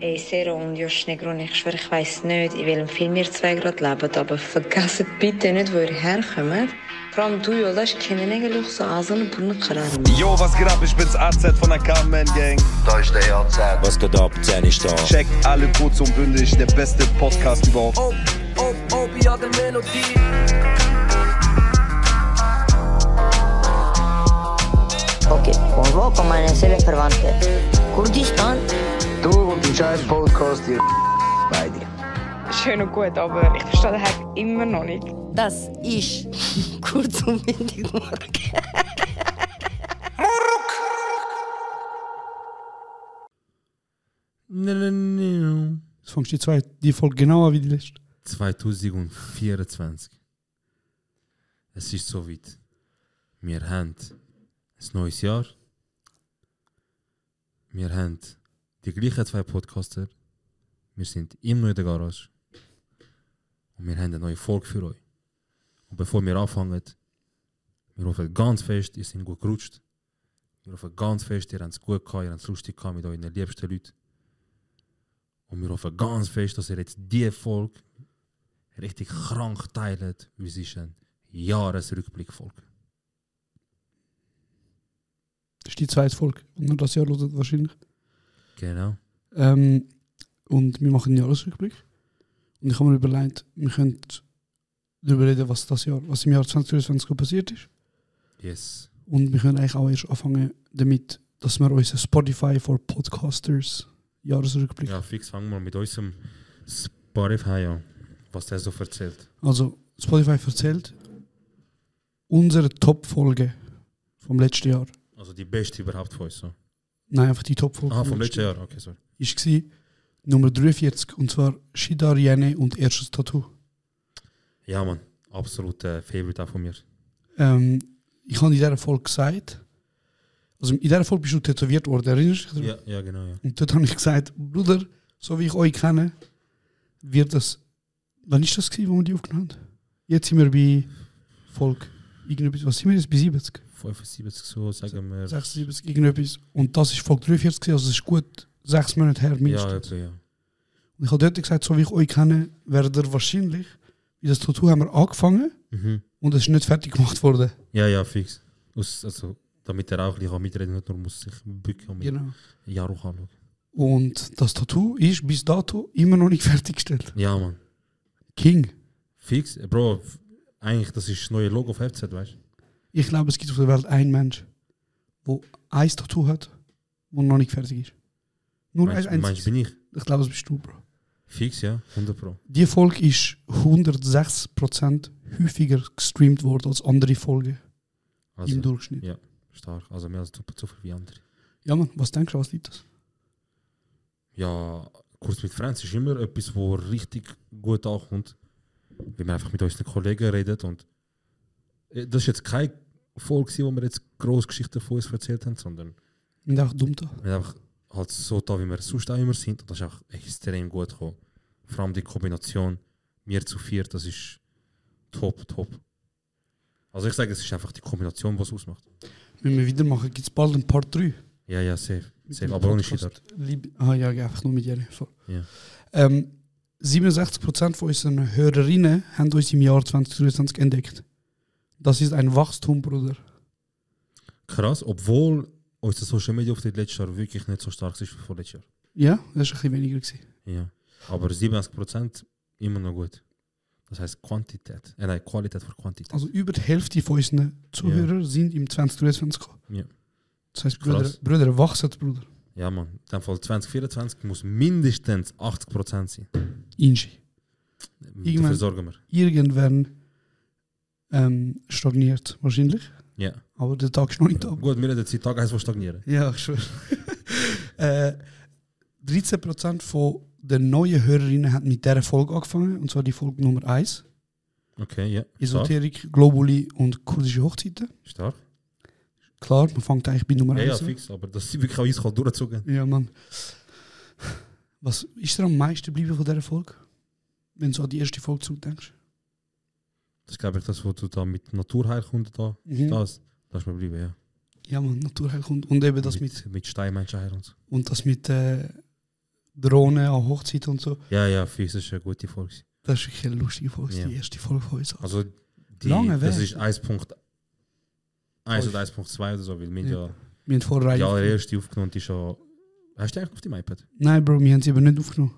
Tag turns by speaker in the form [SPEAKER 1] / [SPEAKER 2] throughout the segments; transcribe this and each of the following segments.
[SPEAKER 1] Ey, Sero und Josh Negroni, ich schwöre, ich weiss nicht, in welchem Film ihr zwei gerade lebt, aber vergesst bitte nicht, wo ihr herkommt. Vor allem du, Yoldaş, kendine gel yoksa ağzını burnunu kırarım.
[SPEAKER 2] Yo, was geht ab? Ich bin's AZ von der Carmen Gang.
[SPEAKER 3] Da ist der JZ.
[SPEAKER 4] Was geht ab? Zehn ist da.
[SPEAKER 2] Checkt alle kurz und bündig, der beste Podcast überhaupt.
[SPEAKER 5] Op, op, opiate melodie.
[SPEAKER 6] Ok, convoco amanecer en Cervantes. Kurdistan
[SPEAKER 7] Du und dein scheiß Podcast, ihr beide.
[SPEAKER 8] schön und gut, aber ich verstehe den Hype immer noch nicht.
[SPEAKER 9] Das ist kurz und bündig morgen.
[SPEAKER 10] Jetzt fängst du die, zweite, die Folge genau an wie die letzte.
[SPEAKER 11] 2024. Es ist soweit. Wir haben ein neues Jahr. Wir haben die gleichen zwei Podcaster. Wir sind immer noch in der Garage. Und wir haben eine neue Folge für euch. Und bevor wir anfangen, wir hoffen ganz fest, ihr seid gut gerutscht. Wir hoffen ganz fest, ihr habt es gut gehabt, ihr habt es lustig gehabt mit euren liebsten Leuten. Und wir hoffen ganz fest, dass ihr jetzt die Folge richtig krank teilt, wie es ist ein Jahresrückblick-Folge.
[SPEAKER 10] Das ist die zweite Folge, die man das Jahr hört, wahrscheinlich.
[SPEAKER 11] Genau.
[SPEAKER 10] Ähm, und wir machen einen Jahresrückblick. Und ich habe mir überlegt, wir können darüber reden, was, das Jahr, was im Jahr 2022 passiert ist.
[SPEAKER 11] Yes.
[SPEAKER 10] Und wir können eigentlich auch erst anfangen damit, dass wir unseren Spotify for Podcasters Jahresrückblick.
[SPEAKER 11] Ja, fix, fangen wir mit unserem Spotify an, was der so erzählt.
[SPEAKER 10] Also, Spotify erzählt unsere Top-Folge vom letzten Jahr.
[SPEAKER 11] Also die beste überhaupt von uns. So.
[SPEAKER 10] Nein, einfach die Top-Folge.
[SPEAKER 11] Ah, vom letzten Jahr, okay, sorry.
[SPEAKER 10] Ist gsi Nummer 43 und zwar Shida Riene und erstes Tattoo.
[SPEAKER 11] Ja, Mann, absoluter Favorite auch von mir.
[SPEAKER 10] Ähm, ich habe in dieser Folge gesagt, also in dieser Folge bist du tätowiert worden, erinnerst du dich?
[SPEAKER 11] Ja, ja genau, ja.
[SPEAKER 10] Und dort habe ich gesagt, Bruder, so wie ich euch kenne, wird das. Wann ist das gewesen, wo wir die aufgenommen haben? Jetzt sind wir bei Folge. Irgendetwas, was sind wir jetzt? Bei 70?
[SPEAKER 11] 75 so, sagen wir.
[SPEAKER 10] 76, irgendetwas. Und das ist Folge 43, gewesen, also es ist gut sechs Monate her
[SPEAKER 11] ja,
[SPEAKER 10] mindestens.
[SPEAKER 11] etwa, ja.
[SPEAKER 10] Und ich habe dort gesagt, so wie ich euch kenne, werdet ihr wahrscheinlich, wie das Tattoo haben wir angefangen
[SPEAKER 11] Mhm.
[SPEAKER 10] und es ist nicht fertig gemacht worden.
[SPEAKER 11] Ja, ja, fix. Aus, also, damit er auch ein bisschen mitreden kann, nicht nur muss sich bücken und
[SPEAKER 10] Genau.
[SPEAKER 11] ja auch anschauen.
[SPEAKER 10] Und das Tattoo ist bis dato immer noch nicht fertiggestellt.
[SPEAKER 11] Ja, Mann.
[SPEAKER 10] King.
[SPEAKER 11] Fix. Äh, Bro, f- eigentlich, das ist das neue Logo auf FZ, weißt du?
[SPEAKER 10] Ich glaube, es gibt auf der Welt einen Mensch, der ein Tattoo hat, das noch nicht fertig ist. Nur ein
[SPEAKER 11] Meinst, meinst
[SPEAKER 10] einziges.
[SPEAKER 11] bin ich?
[SPEAKER 10] Ich glaube, es bist du, Bro.
[SPEAKER 11] Fix, ja, 100 Pro.
[SPEAKER 10] Die Folge ist 106% häufiger gestreamt worden als andere Folgen
[SPEAKER 11] Also,
[SPEAKER 10] im Durchschnitt.
[SPEAKER 11] Ja, stark. Also mehr als doppelt so viel wie andere.
[SPEAKER 10] Ja, Mann, was denkst du, was liegt das?
[SPEAKER 11] Ja, kurz mit Friends ist immer etwas, wo richtig gut ankommt, wenn man einfach mit unseren Kollegen redet. Und äh, das ist jetzt keine Folge, gewesen, wo wir jetzt grosse Geschichten von uns erzählt haben, sondern
[SPEAKER 10] Und auch dumm da.
[SPEAKER 11] wir haben einfach halt so da, wie wir sonst auch immer sind. Und das ist auch extrem gut gekommen. Vor allem die Kombination wir zu vier, das ist top, top. Also ich sage, es ist einfach die Kombination, die es ausmacht.
[SPEAKER 10] Wenn wir wieder machen, gibt es bald ein Part 3.
[SPEAKER 11] Ja, ja, safe. safe. Aber ohne Schieder.
[SPEAKER 10] Lieb ah ja, ja, einfach nur mit dir. Voll.
[SPEAKER 11] Ja.
[SPEAKER 10] Ähm, 67% von unseren Hörerinnen haben uns im Jahr 2023 entdeckt. Das ist ein Wachstum, Bruder.
[SPEAKER 11] Krass, obwohl unser Social Media auf letztes Jahr wirklich nicht so stark ist wie vorletztes Jahr.
[SPEAKER 10] Ja, das war ein bisschen weniger. Gewesen.
[SPEAKER 11] Ja. Aber 87% immer noch gut. Das heißt Quantität. Äh, nein, Qualität vor Quantität.
[SPEAKER 10] Also über die Hälfte von unseren Zuhörern sind im 2023 gekommen.
[SPEAKER 11] Ja.
[SPEAKER 10] Das heißt, Brüder,
[SPEAKER 11] Krass.
[SPEAKER 10] Brüder wachsen, Bruder.
[SPEAKER 11] ja, Mann. In dem Fall 2024 muss mindestens 80% sein.
[SPEAKER 10] Inji.
[SPEAKER 11] Dafür sorgen wir.
[SPEAKER 10] Irgendwann ähm, stagniert wahrscheinlich,
[SPEAKER 11] Ja.
[SPEAKER 10] aber der Tag ist noch nicht da.
[SPEAKER 11] Gut, wir reden jetzt die Tage eins, die stagnieren.
[SPEAKER 10] Ja, ich schwöre. äh, 13% von den neuen Hörerinnen haben mit dieser Folge angefangen, und zwar die Folge Nummer 1.
[SPEAKER 11] Okay, ja. Stark.
[SPEAKER 10] Esoterik, Globuli und kurdische Hochzeiten.
[SPEAKER 11] Stark.
[SPEAKER 10] Klar, man fängt eigentlich bei Nummer
[SPEAKER 11] Ja,
[SPEAKER 10] 1
[SPEAKER 11] ja,
[SPEAKER 10] an.
[SPEAKER 11] fix. Aber das ist wirklich auch eiskalt durchgezogen.
[SPEAKER 10] Ja, Mann. Was ist dir am meisten geblieben von dieser Folge? Wenn du so an die erste Folge zurückdenkst.
[SPEAKER 11] Das glaube ich, das, wo du da mit Naturheilkunden da,
[SPEAKER 10] Mhm.
[SPEAKER 11] das, das ist mir geblieben, ja.
[SPEAKER 10] Ja, Mann, Naturheilkunde. Und eben das mit,
[SPEAKER 11] mit Steinmenschen und so.
[SPEAKER 10] und das mit äh, Drohne an Hochzeit und so.
[SPEAKER 11] Ja, ja, fix, das ist eine gute Folge. gewesen.
[SPEAKER 10] Das ist wirklich eine lustige Folge.
[SPEAKER 11] Ja.
[SPEAKER 10] Die erste Folge von uns.
[SPEAKER 11] Also, die,
[SPEAKER 10] Lange
[SPEAKER 11] das
[SPEAKER 10] Weg.
[SPEAKER 11] ist 1.1 oder 1.2 oder so, weil wir ja,
[SPEAKER 10] Wir haben vorher
[SPEAKER 11] die
[SPEAKER 10] rein.
[SPEAKER 11] allererste aufgenommen die ist ja. Hast du die eigentlich auf dem iPad?
[SPEAKER 10] Nein, Bro, wir haben sie eben nicht aufgenommen.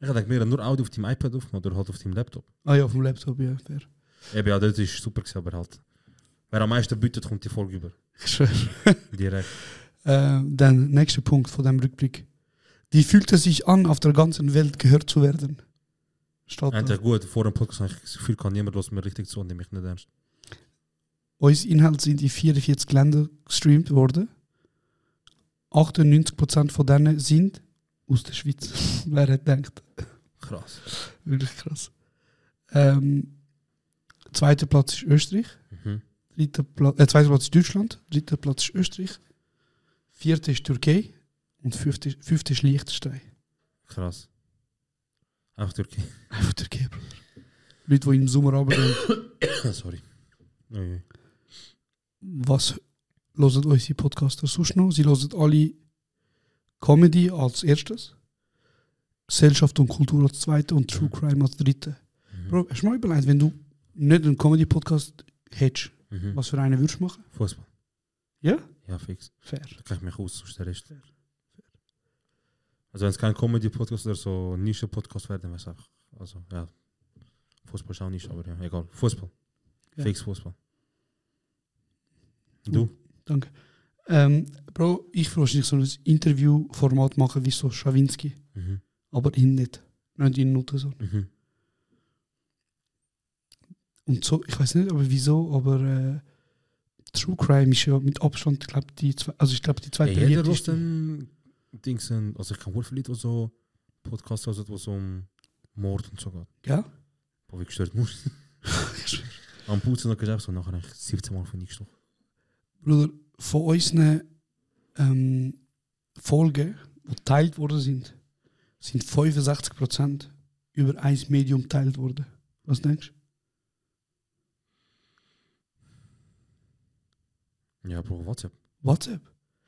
[SPEAKER 11] Ich dachte, wir haben nur Audio auf dem iPad aufgenommen oder halt auf dem Laptop.
[SPEAKER 10] Ah ja, auf dem Laptop, ja, fair.
[SPEAKER 11] Eben, ja, das ist super gewesen, aber halt. Wer am meisten bietet, kommt die Folge über.
[SPEAKER 10] Ich schwöre.
[SPEAKER 11] Direkt.
[SPEAKER 10] Äh, dann, nächster Punkt von dem Rückblick. Die fühlte sich an, auf der ganzen Welt gehört zu werden. Statt
[SPEAKER 11] Eigentlich gut, vor dem Podcast habe ich das Gefühl, kann niemand los mir richtig zu und nimmt mich nicht ernst.
[SPEAKER 10] Uns Inhalt sind in 44 Länder gestreamt worden. 98% von denen sind aus der Schweiz. Wer hätte gedacht?
[SPEAKER 11] Krass.
[SPEAKER 10] Wirklich krass. Ähm, zweiter Platz ist Österreich.
[SPEAKER 11] Mhm.
[SPEAKER 10] Dritter Pla äh, zweiter Platz ist Deutschland. Dritter Platz ist Österreich. Vierter ist Türkei. Und fünfte, fünfte ist Liechtenstein.
[SPEAKER 11] Krass. Einfach Türkei.
[SPEAKER 10] Einfach Türkei, Bruder. Leute, die im Sommer arbeiten,
[SPEAKER 11] Sorry. Ui, ui.
[SPEAKER 10] was hören unsere Podcaster sonst noch? Sie hören alle Comedy als erstes, Gesellschaft und Kultur als zweite und True Crime als dritte. Bro, hast du mal überlegt, wenn du nicht einen Comedy-Podcast hättest,
[SPEAKER 11] Mhm.
[SPEAKER 10] was für einen würdest du machen?
[SPEAKER 11] Fußball.
[SPEAKER 10] Ja?
[SPEAKER 11] Ja, fix.
[SPEAKER 10] Fair.
[SPEAKER 11] Da kann ich mich aus, sonst der Rest. Also wenn es kein Comedy-Podcast oder so Nische-Podcast wäre, dann wäre es einfach. Also ja, Fußball ist auch Nische, aber ja, egal. Fußball.
[SPEAKER 10] Ja.
[SPEAKER 11] Fix Fußball. Du?
[SPEAKER 10] Danke. Ähm, Bro, ich würde wahrscheinlich so ein Interviewformat machen wie so Schawinski,
[SPEAKER 11] Mhm.
[SPEAKER 10] aber in nicht. Nicht in Noten so.
[SPEAKER 11] Mhm.
[SPEAKER 10] Und so, ich weiß nicht, aber wieso, aber äh, True Crime ist ja mit Abstand, glaube die zwei, also ich glaube die
[SPEAKER 11] Ja,
[SPEAKER 10] zweite
[SPEAKER 11] jeder
[SPEAKER 10] beliebteste.
[SPEAKER 11] lässt dann Dings, an- also ich kann wohl viele Leute, die so Podcasts hören, wo es um Mord und so geht.
[SPEAKER 10] Ja?
[SPEAKER 11] Boah, wie gestört muss. Am Putzen hat gesagt, so nachher habe ich 17 Mal von nichts noch.
[SPEAKER 10] Bruder, von unseren ähm, Folgen, die geteilt worden sind, sind 65% über ein Medium geteilt worden. Was denkst du?
[SPEAKER 11] Ja, Bro, WhatsApp.
[SPEAKER 10] WhatsApp.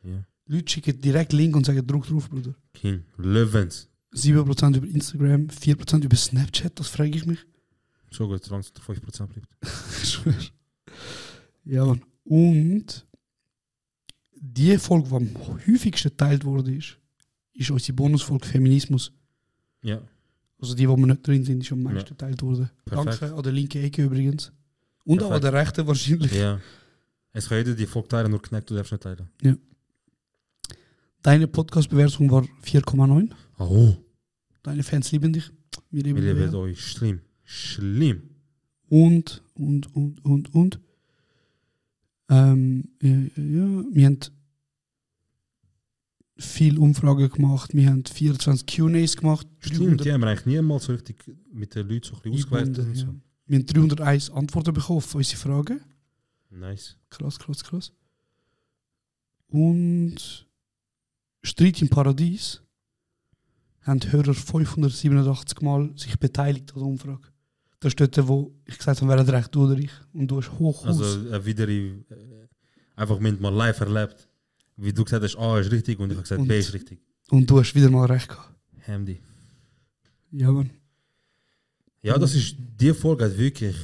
[SPEAKER 11] Ja.
[SPEAKER 10] Leute schicken direkt Link und sagen, druck drauf, Bruder.
[SPEAKER 11] King. Löwens.
[SPEAKER 10] 7% über Instagram, 4% über Snapchat, das frage ich mich.
[SPEAKER 11] So gut, solange es unter 5% bleibt.
[SPEAKER 10] Ich schwör. Ja, Mann. Und die Folge, die am häufigsten geteilt wurde, ist, ist unsere Bonusfolge Feminismus.
[SPEAKER 11] Ja.
[SPEAKER 10] Also die, wo wir nicht drin sind, ist am
[SPEAKER 11] Ja.
[SPEAKER 10] meisten geteilt worden.
[SPEAKER 11] Perfekt.
[SPEAKER 10] Danke an der linken Ecke übrigens. Und auch an
[SPEAKER 11] Perfekt.
[SPEAKER 10] der rechten wahrscheinlich.
[SPEAKER 11] Ja. Es kann jeder die Folge teilen, nur Kneck, du darfst nicht teilen.
[SPEAKER 10] Deine Podcast-Bewertung war 4,9.
[SPEAKER 11] Oh,
[SPEAKER 10] Deine Fans lieben dich. Wir lieben
[SPEAKER 11] wir lieben
[SPEAKER 10] dich.
[SPEAKER 11] euch. Schlimm. Schlimm.
[SPEAKER 10] Und, und, und, und, und. Ähm, ja, ja, ja. Wir haben viele Umfragen gemacht. Wir haben 24 Q&As gemacht.
[SPEAKER 11] Stimmt, die haben wir eigentlich niemals so richtig mit den Leuten so ein bisschen ausgewertet.
[SPEAKER 10] eingebunden,
[SPEAKER 11] und
[SPEAKER 10] ja.
[SPEAKER 11] So.
[SPEAKER 10] Wir haben 301 Antworten bekommen auf unsere Fragen.
[SPEAKER 11] Nice.
[SPEAKER 10] Krass, krass, krass. Und Streit im Paradies haben die Hörer 587 Mal sich beteiligt an der Umfrage. Das ist dort, wo ich gesagt habe, wer hat recht, du oder ich. Und du hast hoch
[SPEAKER 11] Also
[SPEAKER 10] aus.
[SPEAKER 11] äh, wieder äh, einfach mit mal live erlebt. Wie du gesagt hast, A ist richtig und ich habe gesagt,
[SPEAKER 10] Und-
[SPEAKER 11] B ist richtig.
[SPEAKER 10] Und du hast wieder mal recht gehabt.
[SPEAKER 11] Hamdi.
[SPEAKER 10] Ja, Mann.
[SPEAKER 11] Ja, das ist die Folge hat wirklich.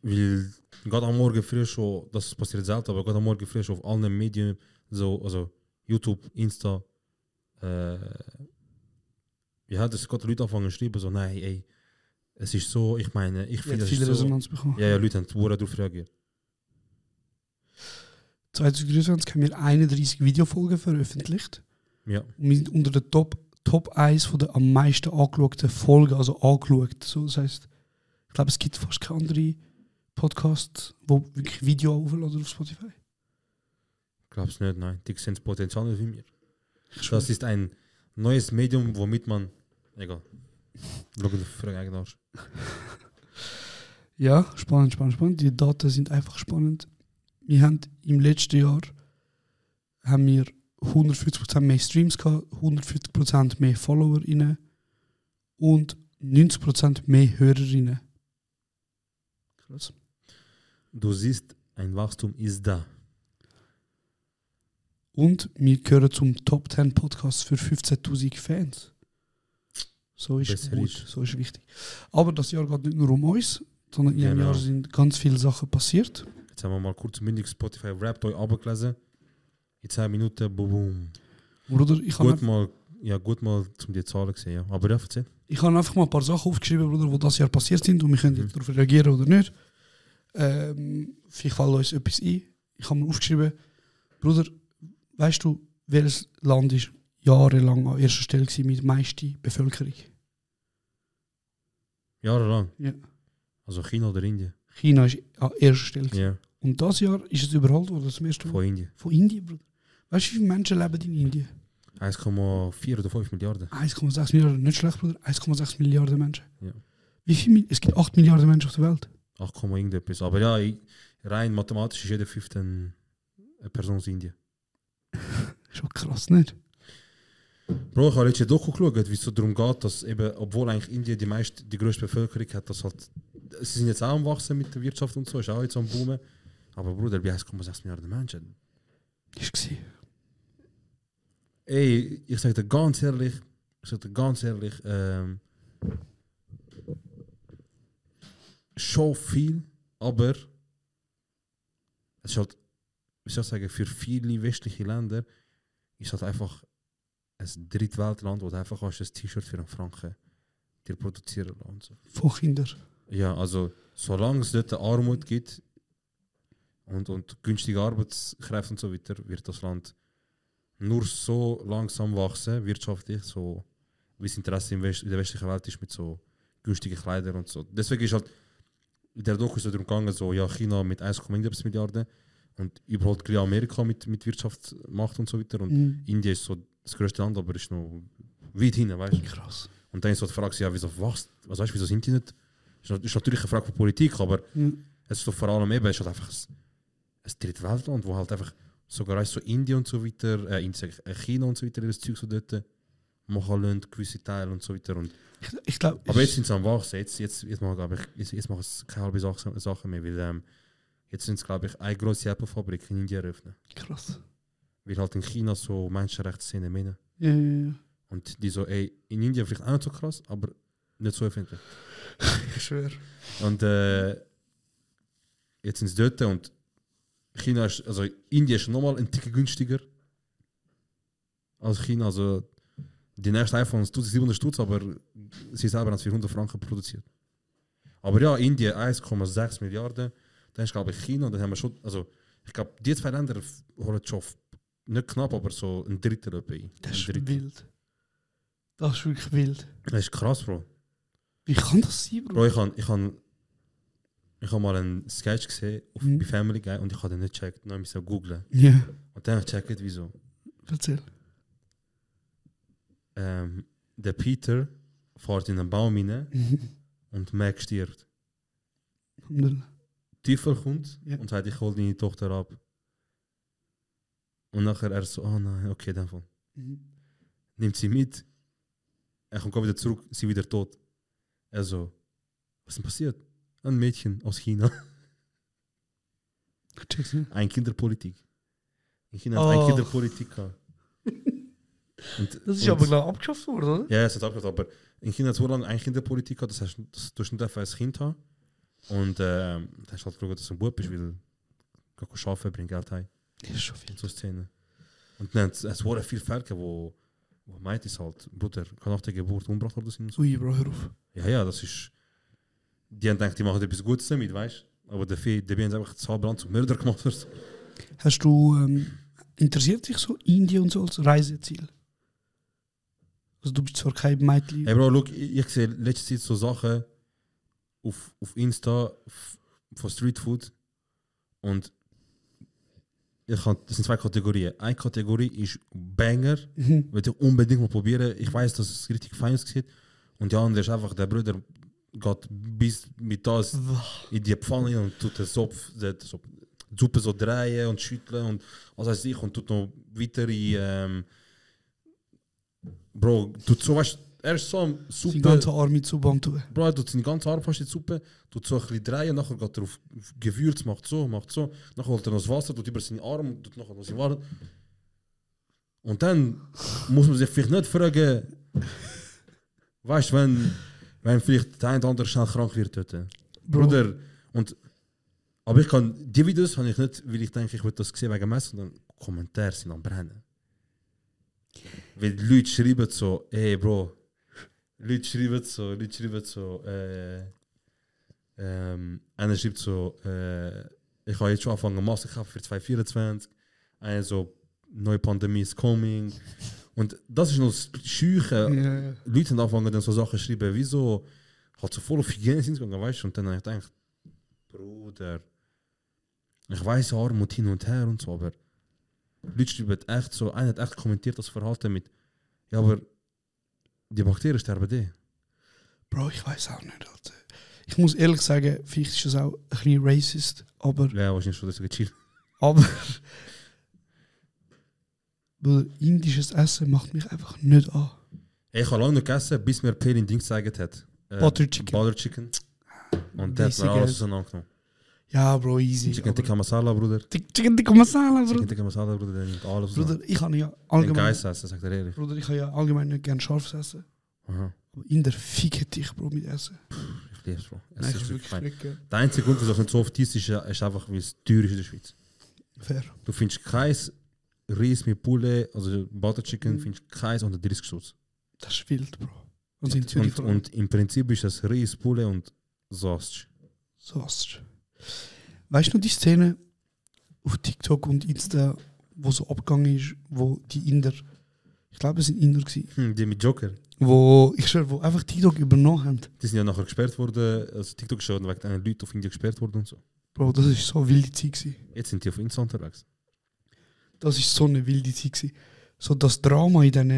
[SPEAKER 11] Weil Gott am Morgen früh schon, das passiert selten, aber Gott am Morgen früh schon auf allen Medien, so, also YouTube, Insta, äh, ja, dass Gott Leute anfangen zu schreiben, so, nein, ey, es ist so, ich meine, ich
[SPEAKER 10] Ich habe
[SPEAKER 11] finde, es
[SPEAKER 10] viel
[SPEAKER 11] ist so.
[SPEAKER 10] Resonanz bekommen.
[SPEAKER 11] Ja, ja, Leute haben Wurden darauf reagiert.
[SPEAKER 10] 2023 haben wir 31 Videofolgen veröffentlicht.
[SPEAKER 11] Ja,
[SPEAKER 10] Und wir sind unter der Top, Top 1 von der am meisten angeschauten Folgen, also angeschaut. So, das heißt, ich glaube, es gibt fast keine andere Podcast, wo wirklich Video aufladen auf Spotify.
[SPEAKER 11] glaub's nicht, nein, die sind potenziell nicht wie mir.
[SPEAKER 10] Ich
[SPEAKER 11] Das ist ein neues Medium, womit man, egal, schau die Frage eigentlich nach.
[SPEAKER 10] Ja, spannend, spannend, spannend. Die Daten sind einfach spannend. Wir haben im letzten Jahr haben wir 150% mehr Streams gehabt, 150% mehr FollowerInnen und 90% mehr HörerInnen. Krass.
[SPEAKER 11] Du siehst, ein Wachstum ist da.
[SPEAKER 10] Und wir gehören zum Top 10 Podcast für 15.000 Fans. So ist
[SPEAKER 11] Besser
[SPEAKER 10] gut,
[SPEAKER 11] ist.
[SPEAKER 10] so ist wichtig. Aber das Jahr geht nicht nur um uns, sondern in diesem
[SPEAKER 11] Genau.
[SPEAKER 10] Jahr sind ganz viele Sachen passiert.
[SPEAKER 11] Jetzt haben wir mal kurz mündig Spotify Wrapped euch abgelesen. In 10 Minuten, boom, boom.
[SPEAKER 10] Bruder, ich habe
[SPEAKER 11] Gut mal, ja, gut mal zum die Zahlen gesehen, ja. Aber ja, erzähl.
[SPEAKER 10] Ich habe einfach mal ein paar Sachen aufgeschrieben, Bruder, die das Jahr passiert sind und wir können
[SPEAKER 11] Mhm.
[SPEAKER 10] jetzt darauf reagieren oder nicht. Ähm, vielleicht fällt uns etwas ein. Ich habe mir aufgeschrieben, Bruder, weißt du, welches Land ist jahrelang an erster Stelle gewesen mit der meisten Bevölkerung?
[SPEAKER 11] Jahrelang.
[SPEAKER 10] Ja.
[SPEAKER 11] Also China oder Indien.
[SPEAKER 10] China ist an erster Stelle. gewesen.
[SPEAKER 11] Ja,
[SPEAKER 10] Und das Jahr ist es überholt worden, zum ersten Mal.
[SPEAKER 11] von Indien.
[SPEAKER 10] Von Indien, Bruder. Weißt du, wie viele Menschen leben in Indien?
[SPEAKER 11] 1,4 oder 5 Milliarden.
[SPEAKER 10] 1,6 Milliarden, nicht schlecht, Bruder. 1,6 Milliarden Menschen.
[SPEAKER 11] Ja.
[SPEAKER 10] Wie viel, Mi- es gibt 8 Milliarden Menschen auf der Welt.
[SPEAKER 11] 8, Komma irgendetwas. Aber ja, ich- rein mathematisch ist jeder fünfte ein- eine Person aus Indien.
[SPEAKER 10] Schon krass, nicht?
[SPEAKER 11] Bro, ich habe letztes Doku geschaut, wie es so darum geht, dass eben, obwohl eigentlich Indien die meiste, die größte Bevölkerung hat, das halt, sie sind jetzt auch am Wachsen mit der Wirtschaft und so, ist auch jetzt am Boomen. Aber Bruder, bei 1,6 Milliarden Menschen.
[SPEAKER 10] Ist gewesen.
[SPEAKER 11] Ey, ich sag dir ganz ehrlich, ich sag dir ganz ehrlich, ähm, schon viel, aber es ist halt, wie soll ich sagen, für viele westliche Länder ist halt einfach ein Drittweltland, wo du einfach hast ein T-Shirt für einen Franken dir produzieren lassen. und So.
[SPEAKER 10] Von Kindern.
[SPEAKER 11] Ja, also solange es dort Armut gibt und, und günstige Arbeitskräfte und so weiter, wird das Land nur so langsam wachsen, wirtschaftlich, so wie das Interesse in, West, in der westlichen Welt ist mit so günstigen Kleidern und so. Deswegen ist halt in der Doku so darum gegangen, so ja, China mit 1,1 Milliarden und überholt gleich Amerika mit, mit Wirtschaftsmacht und so weiter. Und Indien ist so das größte Land, aber ist noch weit hinten, weißt du?
[SPEAKER 10] Krass.
[SPEAKER 11] Und dann ist so die Frage, ja, wieso wachst was weißt, wieso sind die nicht? Ist, nat- ist natürlich eine Frage von Politik, aber es ist doch vor allem eben, es ist halt einfach ein, ein Drittweltland, wo halt einfach sogar weißt, so Indien und so weiter, äh, Indien, sag ich, äh, China und so weiter, das Zeug so dort äh, machen lassen, gewisse Teile und so weiter. Und,
[SPEAKER 10] Ich, ich glaube,
[SPEAKER 11] aber jetzt sind sie am Wachsen, jetzt, jetzt, jetzt machen aber ich, jetzt, jetzt machen sie keine halbe Sache, Sache mehr, weil ähm, jetzt sind es, glaube ich, eine grosse Apple-Fabrik in Indien eröffnen.
[SPEAKER 10] krass.
[SPEAKER 11] Weil halt in China so Menschenrechtsszene meinen.
[SPEAKER 10] Ja, ja, ja.
[SPEAKER 11] Und die so, ey, in Indien vielleicht auch nicht so krass, aber nicht so empfindlich.
[SPEAKER 10] Ich schwöre.
[SPEAKER 11] Und äh, jetzt sind sie dort und China ist, also Indien ist nochmal ein Tick günstiger als China. Also die nächste iPhone ist 700 Stutz, aber sie selber haben es für 100 Franken produziert. Aber ja, Indien 1,6 Milliarden. Dann ist glaube ich China und dann haben wir schon, also ich glaube, die zwei Länder f- holen schon f- nicht knapp, aber so ein Drittel etwa ein.
[SPEAKER 10] Das
[SPEAKER 11] Ein
[SPEAKER 10] ist
[SPEAKER 11] Drittel.
[SPEAKER 10] wild. Das ist wirklich wild.
[SPEAKER 11] Das ist krass, Bro.
[SPEAKER 10] Wie kann das sein, Bro?
[SPEAKER 11] Bro, ich habe ich han, ich han mal einen Sketch gesehen auf, bei Family Guy und ich habe den nicht gecheckt. Dann musste ich googeln.
[SPEAKER 10] Ja,
[SPEAKER 11] Und dann habe ich gecheckt, wieso.
[SPEAKER 10] erzähl.
[SPEAKER 11] Ähm, der Peter fährt in einen Baum rein und Mac stirbt.
[SPEAKER 10] Alhamdulillah.
[SPEAKER 11] Teufel kommt
[SPEAKER 10] Ja.
[SPEAKER 11] und sagt, ich hole deine Tochter ab. Und nachher er so, oh nein, okay, dann voll. Nimmt sie mit. Er kommt wieder zurück, sie wieder tot. Er so, was ist denn passiert? Ein Mädchen aus China.
[SPEAKER 10] Ich check's nicht.
[SPEAKER 11] Ein Kinderpolitik. In China hat es
[SPEAKER 10] Oh.
[SPEAKER 11] ein Kinderpolitik gehabt. Und-
[SPEAKER 10] Das ist
[SPEAKER 11] und-
[SPEAKER 10] aber glaube abgeschafft worden, oder?
[SPEAKER 11] Ja, ja, es hat abgehört, aber in China hat es so lange eine Kinderpolitik gehabt, das heißt, das du hast nicht einfach ein Kind haben. Und ähm, da hast du halt geschaut, dass du ein Bub bist, weil du kannst arbeiten, bring Geld heim.
[SPEAKER 10] Das ist schon viel.
[SPEAKER 11] So Szenen. Und dann hat es wurde viel Fälle, gehabt, wo, wo meint ist halt, Bruder, kann nach der Geburt umgebracht worden sein. und so.
[SPEAKER 10] Ui, Bro, hör auf.
[SPEAKER 11] Ja, ja, das ist. Die haben gedacht, die machen etwas Gutes damit, weißt du? Aber dafür, die haben einfach das Halbland zum Mörder gemacht. oder so.
[SPEAKER 10] Hast du, ähm, interessiert dich so Indien und so als Reiseziel? Also du bist zwar kein Mädchen.
[SPEAKER 11] Hey Bro, look, ich, ich sehe letzte Zeit so Sachen auf, auf Insta f- von Streetfood und ich kann, das sind zwei Kategorien. Eine Kategorie ist Banger, mhm. will ich unbedingt mal probieren. Ich weiß, dass es richtig fein aussieht. Und die andere ist einfach, der Bruder geht bis mit das in die Pfanne rein und tut den Sopf, den, den Sopf, die Suppe so drehen und schütteln und was weiß ich und tut noch weitere. Ähm, Bro, tut so was. Er ist so am
[SPEAKER 10] Die
[SPEAKER 11] Suppe.
[SPEAKER 10] ganze Armee zu Bam tun.
[SPEAKER 11] Bro, er tut seine ganze Arm fast in die Suppe, tut so ein bisschen drehen, nachher geht er auf auf Gewürz, macht so, macht so. Nachher holt er noch das Wasser, tut über seinen Arm, tut nachher noch seine Wade. Und dann muss man sich vielleicht nicht fragen, Weißt du, wenn, wenn vielleicht der eine oder andere schnell krank wird dort.
[SPEAKER 10] Bro.
[SPEAKER 11] Bruder, und, aber ich kann, die Videos habe ich nicht, weil ich denke, ich würde das sehen wegen Messer, sondern Kommentare sind am Brennen. Weil die Leute schreiben so, ey Bro, Leute schreiben so, Leute schreiben so, äh, ähm, einer schreibt so, äh, ich habe jetzt schon angefangen, Maske zu kaufen für 2024, einer so, neue Pandemie ist coming. Und das ist noch das Scheuche.
[SPEAKER 10] Ja, ja.
[SPEAKER 11] Leute haben angefangen, dann so Sachen zu schreiben, wieso hat so voll auf Hygiene sind gegangen, weißt du? Und dann habe ich gedacht, Bruder, ich weiß Armut hin und her und so, aber Leute schreiben echt so, einer hat echt kommentiert das Verhalten mit, ja, aber die Bakterien sterben eh. die.
[SPEAKER 10] Bro, ich weiß auch nicht, Alter. Ich muss ehrlich sagen, vielleicht ist das auch ein bisschen racist, aber.
[SPEAKER 11] Ja, wahrscheinlich schon, das ist chill.
[SPEAKER 10] Aber. Bruder, indisches Essen macht mich einfach nicht an.
[SPEAKER 11] Ich habe lange nicht gegessen, bis mir Pelin Ding gesagt hat. Äh,
[SPEAKER 10] Butter Chicken.
[SPEAKER 11] Butter Chicken. Und der hat mir
[SPEAKER 10] Riesige-
[SPEAKER 11] alles auseinandergenommen.
[SPEAKER 10] Ja, Bro, easy.
[SPEAKER 11] Chicken
[SPEAKER 10] aber-
[SPEAKER 11] Tikka Masala, Bruder.
[SPEAKER 10] Tik- Chicken tikka masala,
[SPEAKER 11] Chicken
[SPEAKER 10] Bruder.
[SPEAKER 11] Tikka Masala, Bruder, der nimmt alles
[SPEAKER 10] Bruder, ich kann ja
[SPEAKER 11] Den
[SPEAKER 10] allgemein.
[SPEAKER 11] Geist essen, sagt er ehrlich.
[SPEAKER 10] Bruder, ich kann ja allgemein nicht gern scharfes Essen.
[SPEAKER 11] Aha.
[SPEAKER 10] Aber in der Ficke dich, Bro, mit Essen.
[SPEAKER 11] Ich liebe es, Bro. Es
[SPEAKER 10] Nein, ich
[SPEAKER 11] ist wirklich
[SPEAKER 10] kann wirklich
[SPEAKER 11] fein.
[SPEAKER 10] nicht gern.
[SPEAKER 11] Der einzige Grund, wieso es nicht so oft ist, ist, äh, ist einfach, weil es teuer ist in der Schweiz.
[SPEAKER 10] Fair.
[SPEAKER 11] Du findest kein Reis mit Poulet, also Butter Chicken, findest keins unter 30 Stutz.
[SPEAKER 10] Das ist wild, Bro. Und in Zürich
[SPEAKER 11] Und,
[SPEAKER 10] vor allem.
[SPEAKER 11] und im Prinzip ist das Reis, Poulet und Sausage.
[SPEAKER 10] So hast Weißt du noch die Szene auf TikTok und Insta, wo so abgegangen ist, wo die Inder, ich glaube, es sind Inder gewesen,
[SPEAKER 11] Hm, die mit Joker.
[SPEAKER 10] wo, ich schwör, wo einfach TikTok übernommen haben.
[SPEAKER 11] Die sind ja nachher gesperrt worden, also TikTok schon wegen den Leuten auf Indien gesperrt worden und so.
[SPEAKER 10] Bro, das ist so eine wilde Zeit gewesen.
[SPEAKER 11] Jetzt sind die auf Insta unterwegs.
[SPEAKER 10] Das ist so eine wilde Zeit gewesen. So das Drama in diesen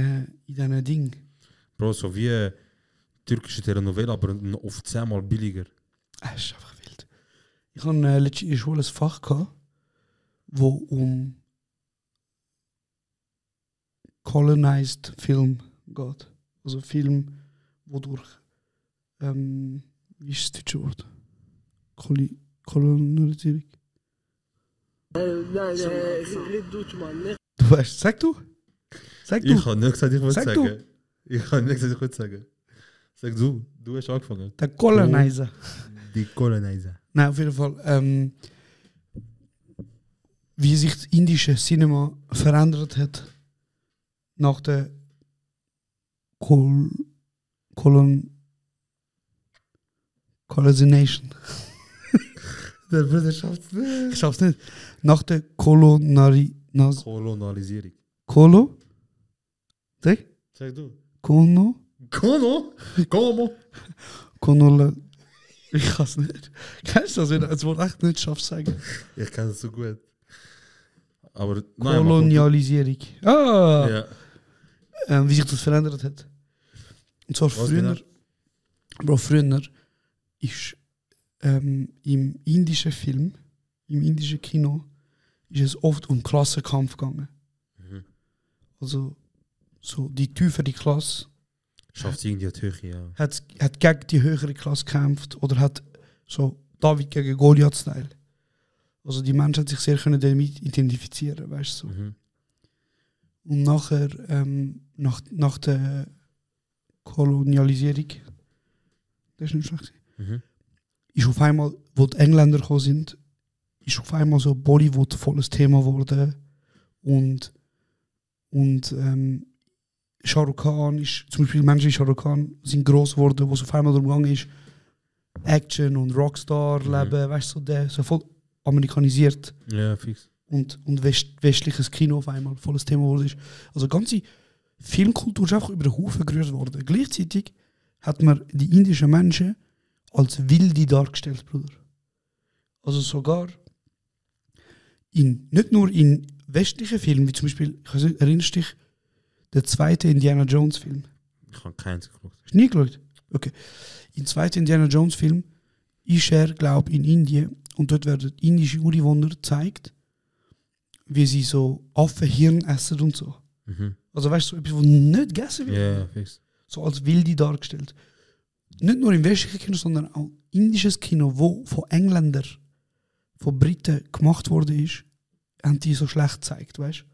[SPEAKER 10] in diesen Ding.
[SPEAKER 11] Bro, so wie äh, türkische Telenovela, aber noch oft zehnmal billiger.
[SPEAKER 10] Es Ah, ist einfach wild. Ich hatte äh, letztens in der Schule ein Fach, gehabt, wo um colonized Film geht. Also Film, wo durch ähm, wie ist das deutsche Wort? Koli Kolonisierung. Du weißt, sag du? Sag du?
[SPEAKER 11] Ich habe nicht gesagt, ich wollte
[SPEAKER 10] Sag
[SPEAKER 11] sagen.
[SPEAKER 10] du.
[SPEAKER 11] Ich habe nicht gesagt, ich wollte sagen. Sag du, du hast angefangen.
[SPEAKER 10] Der Colonizer.
[SPEAKER 11] Die Colonizer.
[SPEAKER 10] Nein, auf jeden Fall. Ähm, wie sich das indische Cinema verändert hat nach der Kol Kolon Colonization.
[SPEAKER 11] Der Bruder schafft es.
[SPEAKER 10] Ich schaff's nicht. Nach der Kolonari Nas
[SPEAKER 11] Kolonialisierung.
[SPEAKER 10] Kolo? Sag?
[SPEAKER 11] Sag du.
[SPEAKER 10] Kono?
[SPEAKER 11] Kono? Komo?
[SPEAKER 10] Konola. Ich kann's nicht. Kennst du das, wenn du das Wort echt nicht schaffst, sagen?
[SPEAKER 11] Ich kann es so gut. Aber nein, man
[SPEAKER 10] Kolonialisierung. Ah!
[SPEAKER 11] kommt- Ja.
[SPEAKER 10] ähm, wie sich das verändert hat. Und zwar
[SPEAKER 11] Was
[SPEAKER 10] früher,
[SPEAKER 11] genau?
[SPEAKER 10] Bro, früher ist ähm, im indischen Film, im indischen Kino, ist es oft um Klassenkampf gegangen. Also so die tiefere Klasse
[SPEAKER 11] Schafft es irgendwie Türkei, ja.
[SPEAKER 10] hat, hat gegen die höhere Klasse gekämpft oder hat so David gegen Goliath-Style. Also die Menschen hat sich sehr können damit identifizieren, weißt du. so.
[SPEAKER 11] Mhm.
[SPEAKER 10] Und nachher, ähm, nach, nach der Kolonialisierung, das ist nicht schlecht,
[SPEAKER 11] Mhm.
[SPEAKER 10] ist auf einmal, wo die Engländer gekommen sind, ist auf einmal so Bollywood volles Thema geworden. Und, und ähm, Shah Rukh Khan ist, zum Beispiel Menschen wie Shah Rukh Khan sind gross geworden, wo es auf einmal darum gegangen ist, Action und Rockstar-Leben, weißt du, so, der, so voll amerikanisiert
[SPEAKER 11] Ja, fix.
[SPEAKER 10] und, und west, westliches Kino auf einmal volles Thema wurde. ist. Also die ganze Filmkultur ist einfach über den Haufen gerührt worden. Gleichzeitig hat man die indischen Menschen als wilde dargestellt, Bruder. Also sogar in, nicht nur in westlichen Filmen, wie zum Beispiel, ich weiß nicht, erinnerst du dich, der zweite Indiana Jones Film?
[SPEAKER 11] Ich habe keins geguckt.
[SPEAKER 10] Hast du nie geschaut? Okay. Im zweiten Indiana Jones Film ist er, glaube ich, in Indien und dort werden indische Ureinwohner gezeigt, wie sie so Affenhirn essen und so.
[SPEAKER 11] Mhm.
[SPEAKER 10] Also weißt du, so etwas, was nicht gegessen wird.
[SPEAKER 11] Ja, fix.
[SPEAKER 10] So als wilde dargestellt. Nicht nur im westlichen Kino, sondern auch indisches Kino, wo von Engländern, von Briten gemacht worden ist, haben die so schlecht gezeigt, weißt du?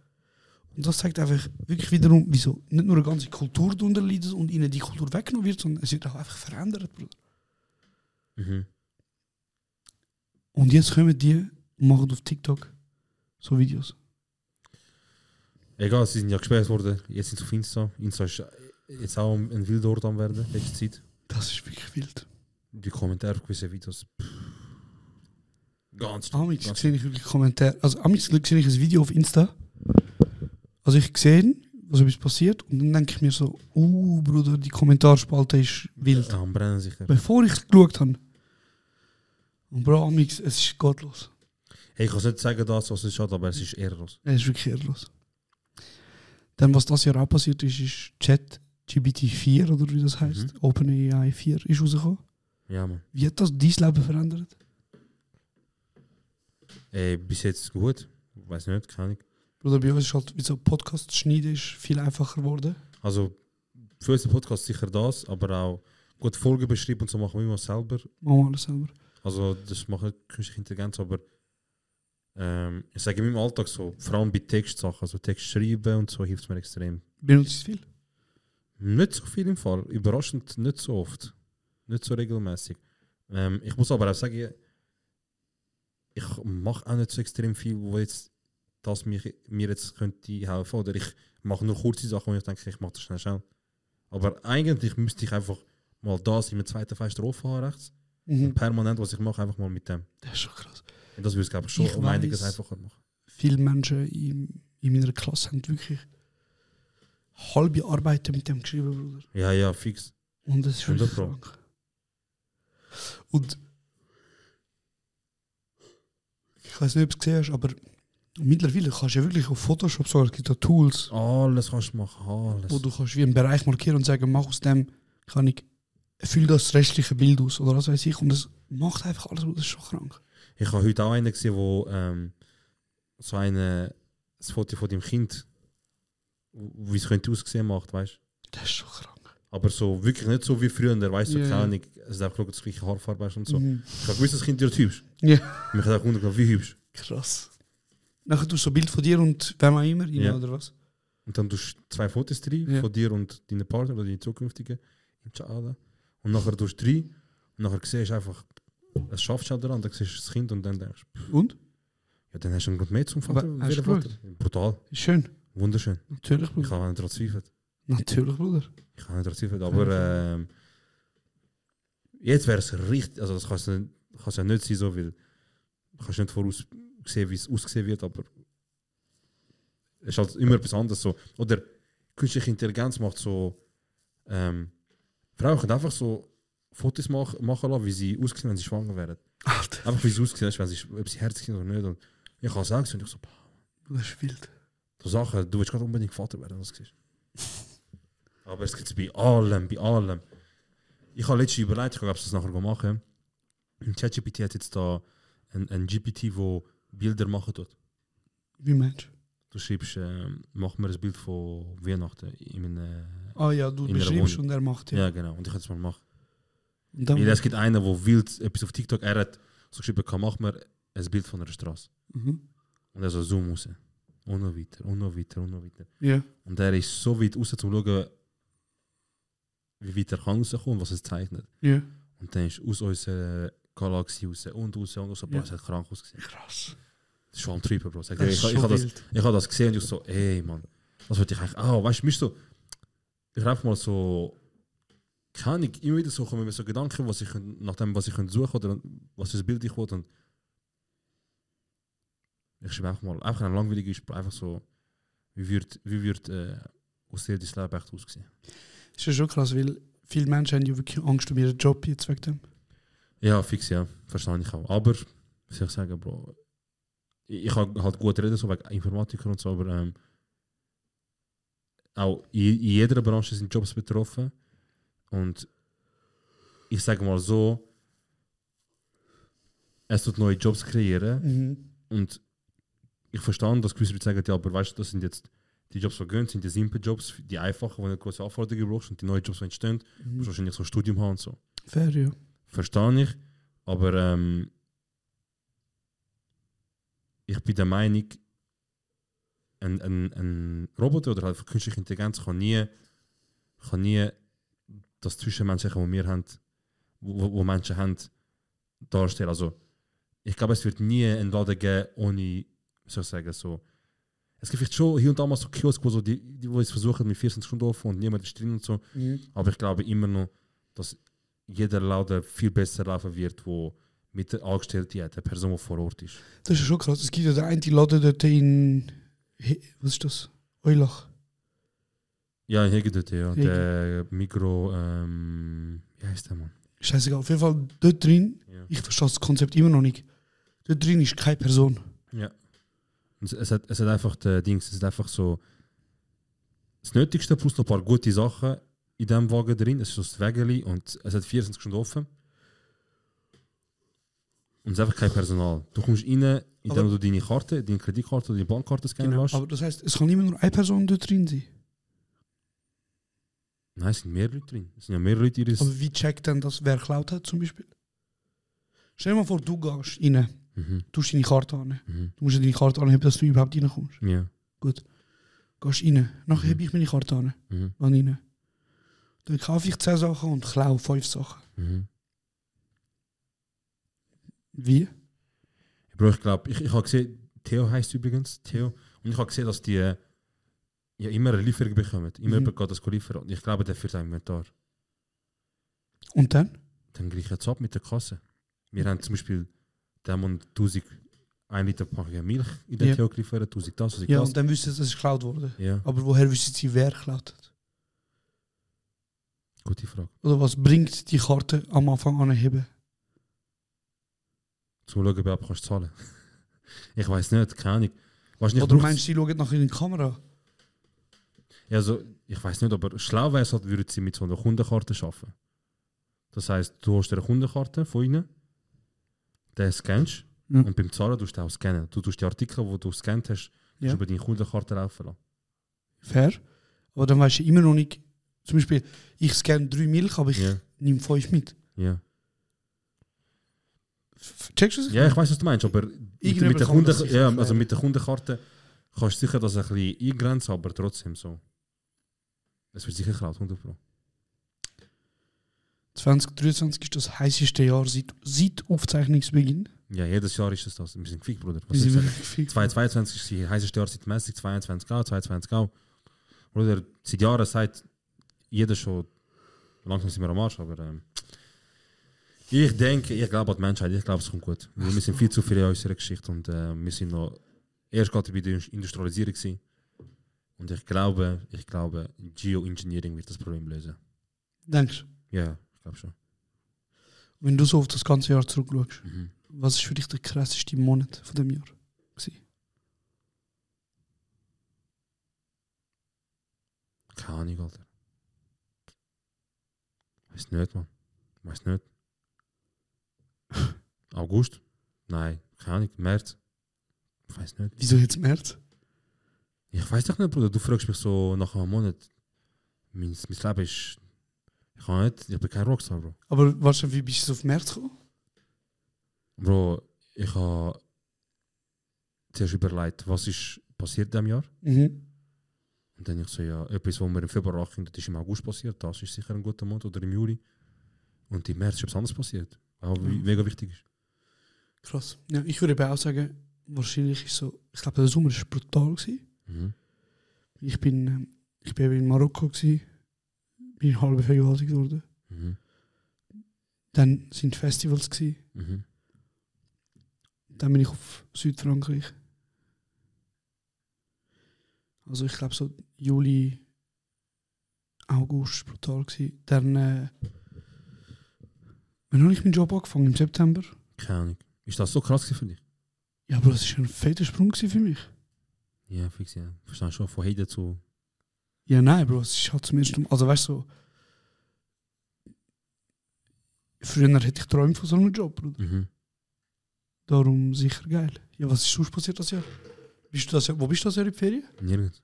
[SPEAKER 10] Und das zeigt einfach wirklich wiederum, wieso nicht nur eine ganze Kultur darunter leidet und ihnen die Kultur weggenommen wird, sondern es wird auch einfach verändert, Bruder.
[SPEAKER 11] Mhm.
[SPEAKER 10] Und jetzt kommen die und machen auf TikTok so Videos.
[SPEAKER 11] Egal, sie sind ja gesperrt worden. Jetzt sind sie auf Insta. Insta ist äh, jetzt auch ein Wildort am werden, letzte Zeit.
[SPEAKER 10] Das ist wirklich wild.
[SPEAKER 11] Die Kommentare auf gewisse Videos. pff. Ganz
[SPEAKER 10] Amix
[SPEAKER 11] ganz-
[SPEAKER 10] sehe ich wirklich Kommentare. Also Amix sehe ich ein Video auf Insta. Also ich sehe, was etwas passiert und dann denke ich mir so, uh Bruder, die Kommentarspalte ist wild.
[SPEAKER 11] Ja, am Brennen sicher.
[SPEAKER 10] Bevor ich geschaut habe. Und Bro, Amix, es ist gottlos.
[SPEAKER 11] Hey, ich kann es nicht sagen, das, was es schaut, aber es ist ehrenlos.
[SPEAKER 10] Es ist wirklich ehrlos. Dann, was das Jahr auch passiert ist, ist Chat GPT-4 oder wie das heißt, OpenAI 4 ist rausgekommen.
[SPEAKER 11] Ja, man.
[SPEAKER 10] Wie hat das dein Leben verändert?
[SPEAKER 11] Ey, Äh, bis jetzt gut. Weiß nicht, keine Ahnung.
[SPEAKER 10] Bruder, bei uns ist halt, wie so Podcast zu schneiden ist viel einfacher geworden.
[SPEAKER 11] Also, für unseren Podcast sicher das, aber auch gut Folgen beschreiben und so machen wir immer selber.
[SPEAKER 10] Machen wir alles selber.
[SPEAKER 11] Also, das macht nicht künstliche Intelligenz, aber ähm, ich sage in meinem Alltag so, vor allem bei Textsachen, also Text schreiben und so hilft es mir extrem.
[SPEAKER 10] Benutzt es viel?
[SPEAKER 11] Nicht so viel im Fall. Überraschend nicht so oft. Nicht so regelmäßig. Ähm, ich muss aber auch sagen, ich mache auch nicht so extrem viel, wo jetzt das mich, mir jetzt könnte helfen. Oder ich mache nur kurze Sachen, wo ich denke, ich mache das schnell schnell. Aber eigentlich müsste ich einfach mal das in meinem zweiten Fenster offen haben rechts. Und permanent, was ich mache, einfach mal mit dem.
[SPEAKER 10] Das ist schon krass.
[SPEAKER 11] Und das würde es, glaube ich, schon
[SPEAKER 10] Ich
[SPEAKER 11] um einiges
[SPEAKER 10] weiss.
[SPEAKER 11] einfacher machen.
[SPEAKER 10] Viele Menschen in, in meiner Klasse haben wirklich halbe Arbeiten mit dem geschrieben, Bruder.
[SPEAKER 11] Ja, ja, fix.
[SPEAKER 10] Und das ist wirklich
[SPEAKER 11] 100 Pro.
[SPEAKER 10] krank. Und ich weiß nicht, ob du es gesehen hast, aber mittlerweile kannst du ja wirklich auf Photoshop sogar, es gibt ja Tools,
[SPEAKER 11] Alles kannst du machen, alles.
[SPEAKER 10] wo du kannst wie einen Bereich markieren und sagen, mach aus dem, kann ich, füll das restliche Bild aus oder was weiß ich. Und das macht einfach alles, das ist schon krank.
[SPEAKER 11] Ich habe heute auch einen gesehen, wo ähm, so eine, das Foto von dem Kind, wie es könnte aussehen macht, weißt
[SPEAKER 10] Das ist schon krank.
[SPEAKER 11] Aber so wirklich nicht so wie früher, weißt du,
[SPEAKER 10] Ja,
[SPEAKER 11] yeah.
[SPEAKER 10] ja.
[SPEAKER 11] keine Ahnung, es ist einfach das gleiche Haarfarbe weisst du, und so.
[SPEAKER 10] Mhm.
[SPEAKER 11] Ich habe gewusst, das Kind wird hübsch.
[SPEAKER 10] Ja.
[SPEAKER 11] Und Mich hat auch gewundert, wie hübsch.
[SPEAKER 10] Krass. Nachher tust du so ein Bild von dir und wem auch immer rein,
[SPEAKER 11] Ja.
[SPEAKER 10] oder was?
[SPEAKER 11] Und dann tust du zwei Fotos drin,
[SPEAKER 10] Ja.
[SPEAKER 11] von dir und deinem Partner oder deinen zukünftigen, inshallah. Und nachher tust du drei und nachher siehst du einfach, es schafft schon daran, dann siehst du das Kind und dann denkst du,
[SPEAKER 10] Und?
[SPEAKER 11] ja, dann hast du einen Grund mehr zum
[SPEAKER 10] Aber
[SPEAKER 11] Vater.
[SPEAKER 10] hast du
[SPEAKER 11] werden wollen. Brutal,
[SPEAKER 10] Ist schön.
[SPEAKER 11] wunderschön.
[SPEAKER 10] Natürlich,
[SPEAKER 11] Ich
[SPEAKER 10] Bruder.
[SPEAKER 11] habe nicht daran zweifelt.
[SPEAKER 10] Natürlich, Bruder.
[SPEAKER 11] Ich kann nicht erzählen, aber ähm, jetzt wäre es richtig, also das kannst du nicht- kannst ja nicht sein, so weil du kannst nicht voraussehen, wie es ausgesehen wird, aber es ist halt immer etwas anderes so. Oder künstliche Intelligenz macht so, ähm, Frauen können einfach so Fotos mach, machen lassen, wie sie aussehen, wenn sie schwanger werden.
[SPEAKER 10] Alter,
[SPEAKER 11] Einfach wie sie aussehen, weißt du, wenn sie, sch- ob sie herzig sind oder nicht. Und ich habe es auch gesehen und ich so, boah,
[SPEAKER 10] das ist wild.
[SPEAKER 11] so Sachen, du willst gerade unbedingt Vater werden, was siehst. Aber es gibt bei allem, bei allem. Ich habe letztens überlegt, ich glaube, das nachher machen. Und ChatGPT hat jetzt da ein, ein GPT, wo Bilder machen tut.
[SPEAKER 10] Wie meinst du?
[SPEAKER 11] Du schreibst, ähm, mach mir ein Bild von Weihnachten in einem,
[SPEAKER 10] Ah ja, du
[SPEAKER 11] In der
[SPEAKER 10] beschreibst
[SPEAKER 11] Wohnung.
[SPEAKER 10] und er macht
[SPEAKER 11] ja.
[SPEAKER 10] ja.
[SPEAKER 11] genau. Und ich kann es mal machen.
[SPEAKER 10] Und dann,
[SPEAKER 11] Weil es gibt einen, der wild etwas auf TikTok, er hat so geschrieben, kann, mach mir ein Bild von einer Straße.
[SPEAKER 10] mhm.
[SPEAKER 11] Und er so zoom raus. Und noch weiter, und noch weiter, und noch weiter.
[SPEAKER 10] ja.
[SPEAKER 11] Und er ist so weit raus, um zu schauen, wie weit er kann rauskommen und was es zeichnet.
[SPEAKER 10] ja.
[SPEAKER 11] Und dann ist aus unserer Galaxie raus und raus und raus. Boah,
[SPEAKER 10] Ja.
[SPEAKER 11] es hat krank ausgesehen.
[SPEAKER 10] Krass.
[SPEAKER 11] Das ist schon am Treiben, Bro. Sagt
[SPEAKER 10] Das
[SPEAKER 11] er,
[SPEAKER 10] ist
[SPEAKER 11] Ich, ich,
[SPEAKER 10] schon
[SPEAKER 11] ich, hab das-
[SPEAKER 10] wild.
[SPEAKER 11] ich habe das gesehen und ich so, ey, Mann, das wollte ich eigentlich auch. Weißt du, mich so, ich habe einfach mal so, kann ich immer wieder so kommen mit so Gedanken, was ich, könnt- nach dem, was ich könnte suchen oder was für ein Bild ich will. Und ich schreibe einfach mal, einfach eine langweilige Sprache, einfach so, wie wird, wie wird äh, aus dir dein Leben echt aussehen?
[SPEAKER 10] Ist ja schon krass, weil viele Menschen haben ja wirklich Angst um ihren Job jetzt wegen dem.
[SPEAKER 11] Ja, fix, ja. Verstehe ich auch. Aber, was soll ich sagen, Bro? Ich, ich kann halt gut reden, so wegen Informatiker und so, aber ähm, auch in, in jeder Branche sind Jobs betroffen. Und ich sage mal so, es tut neue Jobs kreieren.
[SPEAKER 10] Mhm.
[SPEAKER 11] Und ich verstehe, dass gewisse Leute sagen, ja, aber weißt du, das sind jetzt die Jobs, die gehen, sind die simplen Jobs, die einfachen, wo du große Anforderungen brauchst und die neuen Jobs, die entstehen, musst du wahrscheinlich so ein Studium haben und so
[SPEAKER 10] Fair, ja.
[SPEAKER 11] verstehe ich. Aber ähm, ich bin der Meinung, ein, ein, ein Roboter oder halt künstliche Intelligenz kann nie, kann nie das Zwischenmenschliche, wo wir haben, wo, wo Menschen haben, darstellen. Also ich glaube, es wird nie einen Laden geben, ohne, wie soll ich sagen, so. Es gibt vielleicht schon hier und da mal so Kiosk, wo, so die, die, wo es versuchen mit 24 Stunden offen und niemand ist drin und so. Aber ich glaube immer noch, dass jeder Laden viel besser laufen wird, wo mit der Angestellten hat, der Person, die vor Ort ist.
[SPEAKER 10] Das ist schon krass. Es gibt ja den einen Laden dort in. He- Was ist das? Eulach.
[SPEAKER 11] Ja, in Hegedüt, ja.
[SPEAKER 10] Hegedüt.
[SPEAKER 11] Der Mikro, ähm, wie heißt der Mann?
[SPEAKER 10] Scheißegal. Auf jeden Fall dort drin.
[SPEAKER 11] Ja.
[SPEAKER 10] Ich verstehe das Konzept immer noch nicht. Dort drin ist keine Person.
[SPEAKER 11] ja. Und es, es, hat, es hat einfach der Dings, es ist einfach so das Nötigste plus noch ein paar gute Sachen in diesem Wagen drin. Es ist so das Wägeli und es hat 24 Stunden offen. Und es ist einfach kein Personal. Du kommst rein, indem
[SPEAKER 10] Aber- Genau,
[SPEAKER 11] du deine Karte, deine Kreditkarte oder deine Bankkarte scannen lässt.
[SPEAKER 10] Aber das heißt, es kann immer nur eine Person dort drin sein.
[SPEAKER 11] Nein, es sind mehr Leute drin. Es sind ja mehr Leute in ihres-
[SPEAKER 10] Aber wie checkt denn das, wer geklaut hat zum Beispiel? Stell dir mal vor, du gehst rein,
[SPEAKER 11] Mhm.
[SPEAKER 10] tust deine Karte an.
[SPEAKER 11] Mhm.
[SPEAKER 10] Du musst ja deine Karte anheben, dass du überhaupt reinkommst.
[SPEAKER 11] Ja.
[SPEAKER 10] Gut. Gehst rein. Nachher hebe ich meine Karte an.
[SPEAKER 11] Mhm.
[SPEAKER 10] Wann rein. Dann kaufe ich 10 Sachen und klaue 5 Sachen.
[SPEAKER 11] Mhm.
[SPEAKER 10] Wie?
[SPEAKER 11] Bro, ich glaube, ich, ich habe gesehen, Theo heißt übrigens, Theo. Und ich habe gesehen, dass die äh, ja immer eine Lieferung bekommen. Immer
[SPEAKER 10] Mhm.
[SPEAKER 11] mhm. geht das geliefert. Und ich glaube, der führt sein Inventar.
[SPEAKER 10] Und dann?
[SPEAKER 11] Dann gleichen es ab mit der Kasse. Wir haben zum Beispiel dem und 1000 1 Liter Packung Milch in den
[SPEAKER 10] Ja.
[SPEAKER 11] Theo geliefert, 1000 das, 1000
[SPEAKER 10] Ja,
[SPEAKER 11] das.
[SPEAKER 10] und dann wissen sie, dass es geklaut wurde.
[SPEAKER 11] Ja,
[SPEAKER 10] Aber woher wissen sie, wer geklaut hat?
[SPEAKER 11] gute Frage.
[SPEAKER 10] Oder was bringt die Karte am Anfang anheben?
[SPEAKER 11] Zum Schauen, wie ab kannst du zahlen. ich weiß nicht, keine Ahnung. Wahrscheinlich
[SPEAKER 10] Oder
[SPEAKER 11] braucht's-
[SPEAKER 10] meinst du, sie schauen nach in die Kamera?
[SPEAKER 11] Ja, also, ich weiß nicht, aber schlau wäre es halt, würden sie mit so einer Kundenkarte arbeiten. Das heißt, du hast eine Kundenkarte von ihnen, den scannst
[SPEAKER 10] Ja.
[SPEAKER 11] und beim Zahlen tust du auch scannen. Du tust die Artikel, die du gescannt hast,
[SPEAKER 10] Ja.
[SPEAKER 11] tust du über deine Kundenkarte laufen lassen.
[SPEAKER 10] Fair. Aber dann weißt du immer noch nicht. Zum Beispiel, ich scanne drei Milch, aber ich
[SPEAKER 11] Ja.
[SPEAKER 10] nehme fünf mit.
[SPEAKER 11] Ja,
[SPEAKER 10] F- Checkst du das?
[SPEAKER 11] ja ich weiß, was du meinst, aber mit,
[SPEAKER 10] Irgendjemand
[SPEAKER 11] mit, der,
[SPEAKER 10] kann
[SPEAKER 11] Kunden,
[SPEAKER 10] das sicher
[SPEAKER 11] ja,
[SPEAKER 10] erklären.
[SPEAKER 11] also mit der Kundenkarte kannst du sicher das ein bisschen eingrenzen, aber trotzdem so. Es wird sicher geklaut, 100 Pro.
[SPEAKER 10] 2023 ist das heißeste Jahr seit, seit Aufzeichnungsbeginn.
[SPEAKER 11] Ja, jedes Jahr ist es das. Wir sind gefickt, Bruder. Was
[SPEAKER 10] Wir
[SPEAKER 11] soll ich
[SPEAKER 10] sind
[SPEAKER 11] sagen?
[SPEAKER 10] wirklich viel-
[SPEAKER 11] 22 ist die heißeste Jahr seit Messi, 22 auch, 22 auch. Oder seit Jahren sagt jeder schon, langsam sind wir am Arsch, aber ähm, ich denke, ich glaube an die Menschheit, ich glaube, es kommt gut. Weil wir sind viel zu viel in unserer Geschichte und äh, wir sind noch erst gerade bei der Industrialisierung gewesen. Und ich glaube, ich glaube, Geoengineering wird das Problem lösen.
[SPEAKER 10] Denkst du?
[SPEAKER 11] Ja, ich glaube schon.
[SPEAKER 10] Wenn du so auf das ganze Jahr zurückschaust,
[SPEAKER 11] Mhm.
[SPEAKER 10] was ist für dich der krasseste Monat von dem Jahr? gewesen?
[SPEAKER 11] Keine Ahnung, Alter. Weiß nicht, Mann. Weiß nicht. August? Nein, keine Ahnung. März? Weiß nicht.
[SPEAKER 10] Wieso jetzt März?
[SPEAKER 11] Ich weiß doch nicht, Bruder. Du fragst mich so nach einem Monat. Mein, mein Leben ist. Ich kann nicht. Ich bin kein Ja, Rockstar, Bro.
[SPEAKER 10] Aber wahrscheinlich, wie bist du auf März gekommen?
[SPEAKER 11] Bro, ich habe zuerst überlegt, was ist passiert in diesem Jahr.
[SPEAKER 10] Mhm.
[SPEAKER 11] Und dann ich so, ja, etwas, was wir im Februar anfangen, das ist im August passiert, das ist sicher ein guter Monat oder im Juli. Und im März ist etwas anderes passiert, was
[SPEAKER 10] Mhm.
[SPEAKER 11] mega wichtig ist.
[SPEAKER 10] Krass. Ja, ich würde eben auch sagen, wahrscheinlich ist so, ich glaube, der Sommer war brutal. Gewesen.
[SPEAKER 11] Mhm.
[SPEAKER 10] Ich bin, ähm, ich bin eben in Marokko, gewesen, bin halb vergewaltigt worden.
[SPEAKER 11] Mhm.
[SPEAKER 10] Dann sind Festivals, gewesen.
[SPEAKER 11] Mhm.
[SPEAKER 10] dann bin ich auf Südfrankreich. Also ich glaube so Juli, August brutal gewesen. Dann, äh, wann habe ich meinen Job angefangen? Im September?
[SPEAKER 11] Keine Ahnung. Ist das so krass gewesen für dich?
[SPEAKER 10] Ja, aber das war ein fetter Sprung gewesen für mich.
[SPEAKER 11] Ja, fix, ja. Verstehe schon, von heute zu.
[SPEAKER 10] Ja, nein, Bro, es ist halt zum ersten Mal. Also weißt du, so, früher hätte ich träumt von so einem Job, Bruder.
[SPEAKER 11] Mhm.
[SPEAKER 10] Darum sicher geil. Ja, was ist sonst passiert das Jahr? Bist du das Jahr? Wo bist du das Jahr in die Ferien?
[SPEAKER 11] Nirgends.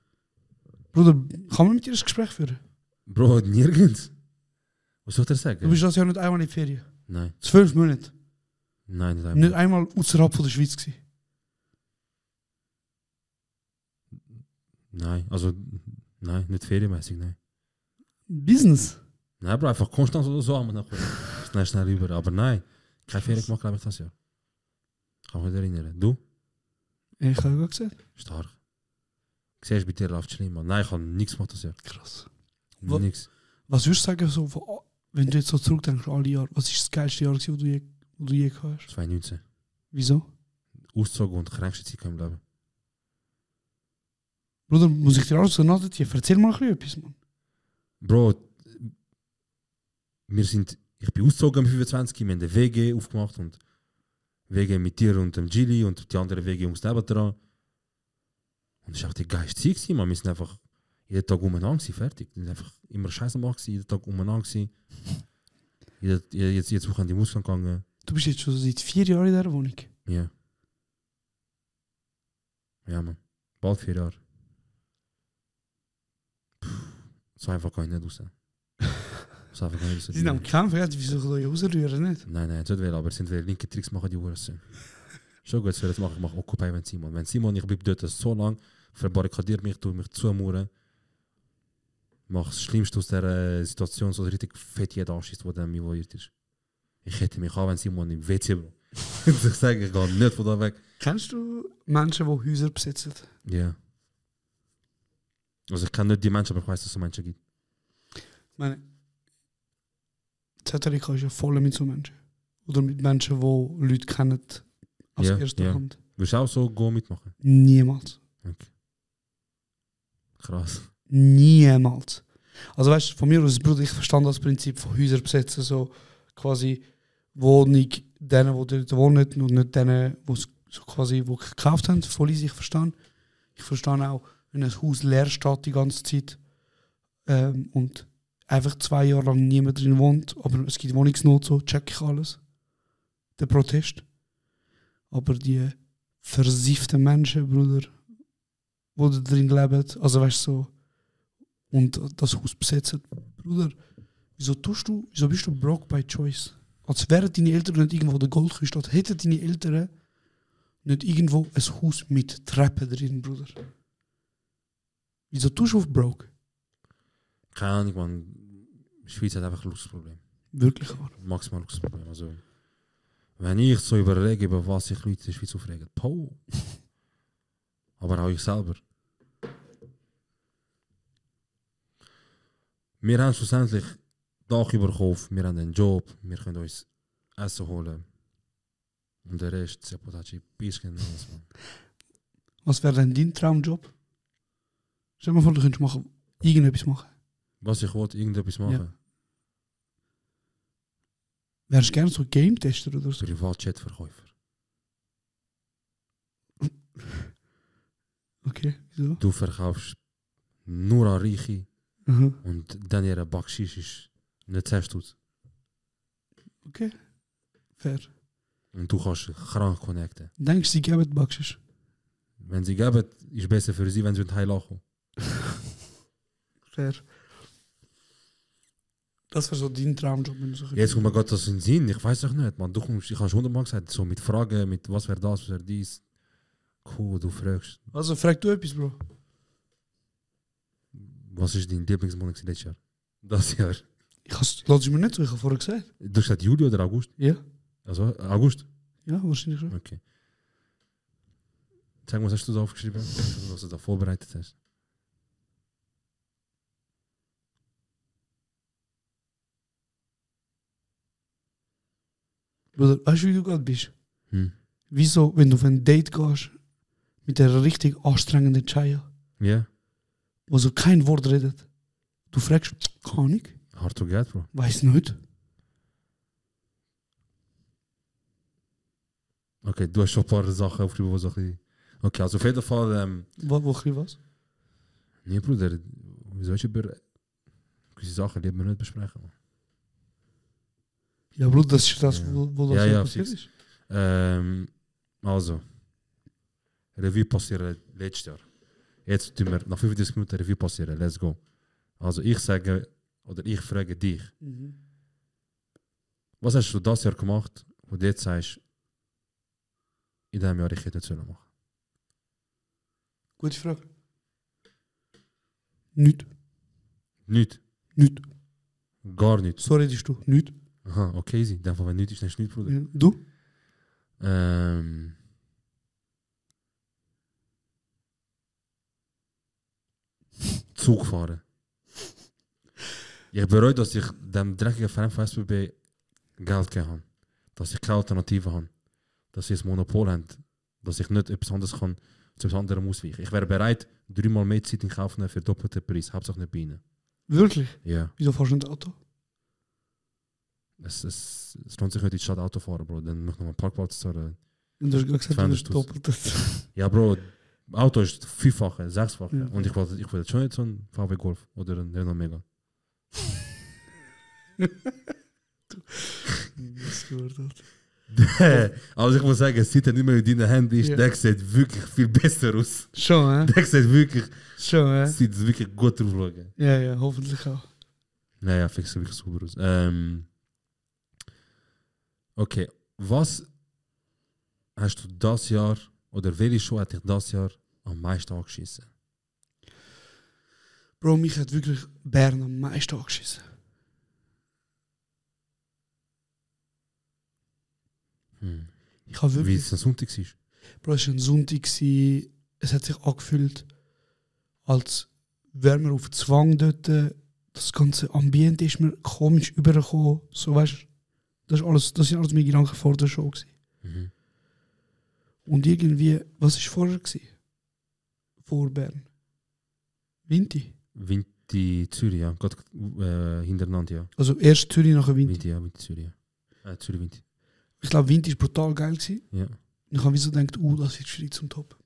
[SPEAKER 10] Bruder, kann man mit dir ein Gespräch führen?
[SPEAKER 11] Bro, nirgends. Was soll ich dir sagen?
[SPEAKER 10] Du bist das Jahr nicht einmal in die Ferien.
[SPEAKER 11] nein,
[SPEAKER 10] Zwölf Monate.
[SPEAKER 11] nein, nicht
[SPEAKER 10] Nicht
[SPEAKER 11] einmal.
[SPEAKER 10] einmal außerhalb von der Schweiz gewesen.
[SPEAKER 11] Nein, also nein, nicht ferienmäßig, nein.
[SPEAKER 10] Business.
[SPEAKER 11] Nein, Bro, einfach konstant so, so einmal nachholen. Schnell, schnell rüber. Aber nein, keine Ferien gemacht, glaube ich, das Jahr. Kann mich nicht erinnern. Du?
[SPEAKER 10] Ich habe gerade gesagt.
[SPEAKER 11] Stark. Siehst du, bei dir läuft schlimm, Mann. Nein, ich habe nichts gemacht das Jahr.
[SPEAKER 10] Krass. Wo-
[SPEAKER 11] Nichts.
[SPEAKER 10] Was würdest du sagen, so, von- wenn du jetzt so zurückdenkst, alle Jahre, was ist das geilste Jahr, gewesen, wo du je, wo du je gehabt hast?
[SPEAKER 11] 2019.
[SPEAKER 10] Wieso?
[SPEAKER 11] Auszogen und kränkste Zeit im Leben.
[SPEAKER 10] Bruder, muss ich dir alles so nachdenken? Erzähl mal ein bisschen etwas, Mann.
[SPEAKER 11] Bro, wir sind, ich bin ausgezogen mit 25, wir haben eine WG aufgemacht und WG mit dir und dem Gilly und die anderen WG-Jungs nebendran. Und es war auch die geilste Zeit, gewesen, man. Wir sind einfach jeden Tag umeinander gewesen, fertig. Wir sind einfach immer scheiße gemacht, gewesen, jeden Tag umeinander gewesen. Jede- je- Jetzt, jetzt Wochenende im Ausgang gegangen.
[SPEAKER 10] Du bist jetzt schon seit vier Jahren in dieser Wohnung.
[SPEAKER 11] Ja. Ja, man. Bald vier Jahre. Puh, so einfach kann ich nicht raus. So einfach kann ich
[SPEAKER 10] Sie sind am
[SPEAKER 11] raus.
[SPEAKER 10] Kämpfen, ja, wieso soll ich rausrühren, nicht?
[SPEAKER 11] Nein, nein, nicht will, aber es sind wir linke Tricks machen die Uhren. Schon gut, so das mache ich, mache Occupy mit Simon. Wenn Simon, ich bleibe dort so lange, verbarrikadiere mich, tue mich zumuren, mache das Schlimmste aus dieser Situation, so richtig fett jeder anschießt, der dann involviert ist. Ich hätte mich auch, wenn Simon im WC, Bro. ich sage, ich gehe nicht von da weg.
[SPEAKER 10] Kennst du Menschen, die Häuser besitzen?
[SPEAKER 11] Ja. Also ich kenne nicht die Menschen, aber ich weiß, dass es so Menschen gibt.
[SPEAKER 10] Ich meine, Zetterika ist ja voll mit so Menschen. Oder mit Menschen, die Leute kennen, als
[SPEAKER 11] Ja,
[SPEAKER 10] erster
[SPEAKER 11] ja.
[SPEAKER 10] Hand.
[SPEAKER 11] Willst du auch so go mitmachen?
[SPEAKER 10] Niemals.
[SPEAKER 11] Krass.
[SPEAKER 10] Niemals. Also weißt du, von mir aus, Bruder, ich verstand das Prinzip von Häuser besetzen, so quasi Wohnung denen, die dort wohnen und nicht denen, die es so quasi wo gekauft haben, voll easy, ich verstehe. Ich verstehe auch, wenn ein Haus leer steht die ganze Zeit ähm, und einfach zwei Jahre lang niemand drin wohnt, aber es gibt Wohnungsnot, so check ich alles. Der Protest. Aber die versifften Menschen, Bruder, die da drin leben, also weißt du, so, und das Haus besetzen. Bruder, wieso tust du, wieso bist du broke by choice? Als wären deine Eltern nicht irgendwo der Goldküste, als hätten deine Eltern nicht irgendwo ein Haus mit Treppen drin, Bruder. Wieso tust du auf broke?
[SPEAKER 11] Keine Ahnung, man. Die Schweiz hat einfach ein Luxusproblem.
[SPEAKER 10] Wirklich wahr.
[SPEAKER 11] Maximal Luxusproblem. Also, wenn ich so überlege, über was sich Leute in der Schweiz aufregen, pow. Aber auch ich selber. Wir haben schlussendlich Dach über den Kopf, wir haben einen Job, wir können uns Essen holen. Und der genau Rest, Sepotachi, bisschen alles, man.
[SPEAKER 10] Was wäre denn dein Traumjob? Stell dir mal vor, du könntest machen, irgendetwas machen.
[SPEAKER 11] Was ich wollte, irgendetwas machen.
[SPEAKER 10] Wärst du gerne so Game-Tester oder so?
[SPEAKER 11] Privatchatverkäufer.
[SPEAKER 10] Okay, wieso?
[SPEAKER 11] Du verkaufst nur an Reiche
[SPEAKER 10] Aha.
[SPEAKER 11] und dann ihre Backschisch ist nicht zerstört.
[SPEAKER 10] Okay, fair.
[SPEAKER 11] Und du kannst krank connecten.
[SPEAKER 10] Denkst du, sie geben Backschisch?
[SPEAKER 11] Wenn sie geben, ist besser für sie, wenn sie mit Heil lachen.
[SPEAKER 10] Fair. Das wäre so dein Traumjob, wenn du so
[SPEAKER 11] Jetzt kommt mir Gott das in den Sinn. Ich weiß doch nicht, man. Du kommst, ich habe schon hundertmal gesagt, so mit Fragen, mit was wäre das, was wäre dies. Cool, du fragst,
[SPEAKER 10] Also frag du etwas, Bro.
[SPEAKER 11] was ist dein Lieblingsmonat letztes Jahr? Das Jahr.
[SPEAKER 10] Ich has, lass es mir nicht so, ich habe vorher gesagt.
[SPEAKER 11] Du hast gesagt Juli oder August?
[SPEAKER 10] Ja?
[SPEAKER 11] Also August?
[SPEAKER 10] Ja, wahrscheinlich schon.
[SPEAKER 11] Okay. Sag mal, was hast du da aufgeschrieben? Was du da vorbereitet hast?
[SPEAKER 10] Bruder, weißt du, wie du gerade bist?
[SPEAKER 11] Hm.
[SPEAKER 10] Wieso, wenn du auf ein Date gehst mit einer richtig anstrengenden Chaya,
[SPEAKER 11] Ja?
[SPEAKER 10] wo so kein Wort redet, du fragst, kann ich?
[SPEAKER 11] Hard to get, Bro.
[SPEAKER 10] Weiß nicht.
[SPEAKER 11] Okay, du hast schon ein paar Sachen aufgeschrieben, die so ein bisschen... Okay, also auf jeden Fall... Ähm,
[SPEAKER 10] Wo, wo ich was?
[SPEAKER 11] nee, Bruder, wieso ich über gewisse Sachen lieber nicht besprechen? man.
[SPEAKER 10] Ja, Bruder, das ist das,
[SPEAKER 11] Ja.
[SPEAKER 10] wo, wo das
[SPEAKER 11] Ja,
[SPEAKER 10] so
[SPEAKER 11] ja,
[SPEAKER 10] passiert
[SPEAKER 11] fix.
[SPEAKER 10] ist.
[SPEAKER 11] Ähm, also, Revue passieren letztes Jahr. Jetzt tun wir nach 35 Minuten Revue passieren, let's go. Also ich sage, oder ich frage dich,
[SPEAKER 10] Mhm.
[SPEAKER 11] was hast du das Jahr gemacht, wo du jetzt sagst, in diesem Jahr ich hätte es nicht sollen machen
[SPEAKER 10] Gute Frage. Nicht.
[SPEAKER 11] Niet.
[SPEAKER 10] Nicht.
[SPEAKER 11] Gar niet.
[SPEAKER 10] So redest du. Nicht.
[SPEAKER 11] Aha, oké, zie. Dan van wat niet is, dan is het niet, broeder.
[SPEAKER 10] Ja. Du?
[SPEAKER 11] Ehm. Zug fahren. Ich bereue, dass ich dem dreckigen Verein von SBB Geld gegeben habe. Dass ich keine Alternative habe. Dass sie ein Monopol haben. Dass ich nicht etwas anderes kann, zu etwas anderem ausweichen. Ich wäre bereit, dreimal mehr Zeit in Kauf zu nehmen für doppelten Preis. Hauptsache nicht bei ihnen.
[SPEAKER 10] Wirklich?
[SPEAKER 11] Ja.
[SPEAKER 10] Wieso fährst du nicht Auto?
[SPEAKER 11] Es, es, es lohnt sich nicht, in die Stadt Auto zu fahren, Bro. Dann möchte ich noch mal einen Parkplatz zahlen.
[SPEAKER 10] Und du hast gesagt, du bist
[SPEAKER 11] 200.000.
[SPEAKER 10] doppelt.
[SPEAKER 11] Ja, Bro, Auto ist vielfache, sechsfache.
[SPEAKER 10] Ja.
[SPEAKER 11] Und ich wollte, ich wollte schon jetzt so einen VW Golf oder einen Renault Mega. also ich muss sagen, es sieht ja nicht mehr in deinen Händen ist.
[SPEAKER 10] Ja.
[SPEAKER 11] Der sieht wirklich viel besser aus.
[SPEAKER 10] Schon, hä?
[SPEAKER 11] Der sieht wirklich,
[SPEAKER 10] Schon, hä?
[SPEAKER 11] sieht wirklich gut drauf. schauen.
[SPEAKER 10] Ja, ja, hoffentlich auch.
[SPEAKER 11] Naja, fix wirklich super aus. Ähm, okay, was hast du das Jahr oder welche Show hat dich das Jahr am meisten angeschissen?
[SPEAKER 10] Bro, mich hat wirklich Bern am meisten angeschissen.
[SPEAKER 11] Hm.
[SPEAKER 10] Ich habe
[SPEAKER 11] Wie
[SPEAKER 10] wirklich.
[SPEAKER 11] es am Sonntag war?
[SPEAKER 10] Bro, es war ein Sonntag. gsi. Es hat sich angefühlt, als wäre man auf Zwang dort. Das ganze Ambiente ist mir komisch übergekommen. So, weißt du, das, ist alles, das sind alles meine Gedanken vor der Show. gsi.
[SPEAKER 11] Mhm.
[SPEAKER 10] Und irgendwie, was war vorher? gsi? Vor Bern? Winti.
[SPEAKER 11] Vinti Zürich, ja. Gott, äh, hintereinander, ja.
[SPEAKER 10] Also erst Zürich, nachher Winti.
[SPEAKER 11] Vinti, ja, Vinti Zürich. Ja. Äh, Zürich Vinti.
[SPEAKER 10] Ich glaube, Winti war brutal geil. gsi.
[SPEAKER 11] Ja.
[SPEAKER 10] Und ich habe wieso gedacht, uh, das wird schwierig zum Top.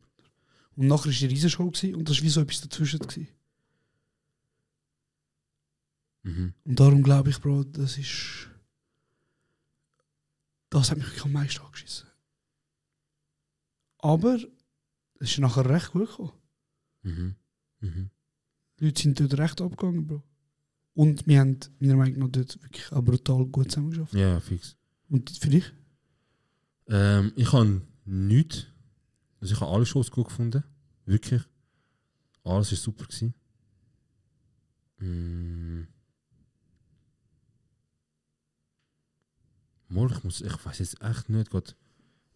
[SPEAKER 10] Und nachher war die Riesenshow gsi und das war wie so etwas dazwischen. gsi
[SPEAKER 11] Mhm.
[SPEAKER 10] Und darum glaube ich, Bro, das ist. Das hat mich wirklich am meisten angeschissen. Aber es ist nachher recht gut gekommen.
[SPEAKER 11] Mhm. Mhm.
[SPEAKER 10] Die Leute sind dort recht abgegangen, Bro. Und wir haben meiner Meinung nach dort wirklich auch brutal gut zusammengeschafft.
[SPEAKER 11] Ja, ja, fix.
[SPEAKER 10] Und für dich?
[SPEAKER 11] Ähm, ich habe nichts. Also ich habe alle Shows gut gefunden. Wirklich. Alles war super. Gewesen. Mm. Mal, ich muss, ich weiß jetzt echt nicht Gott,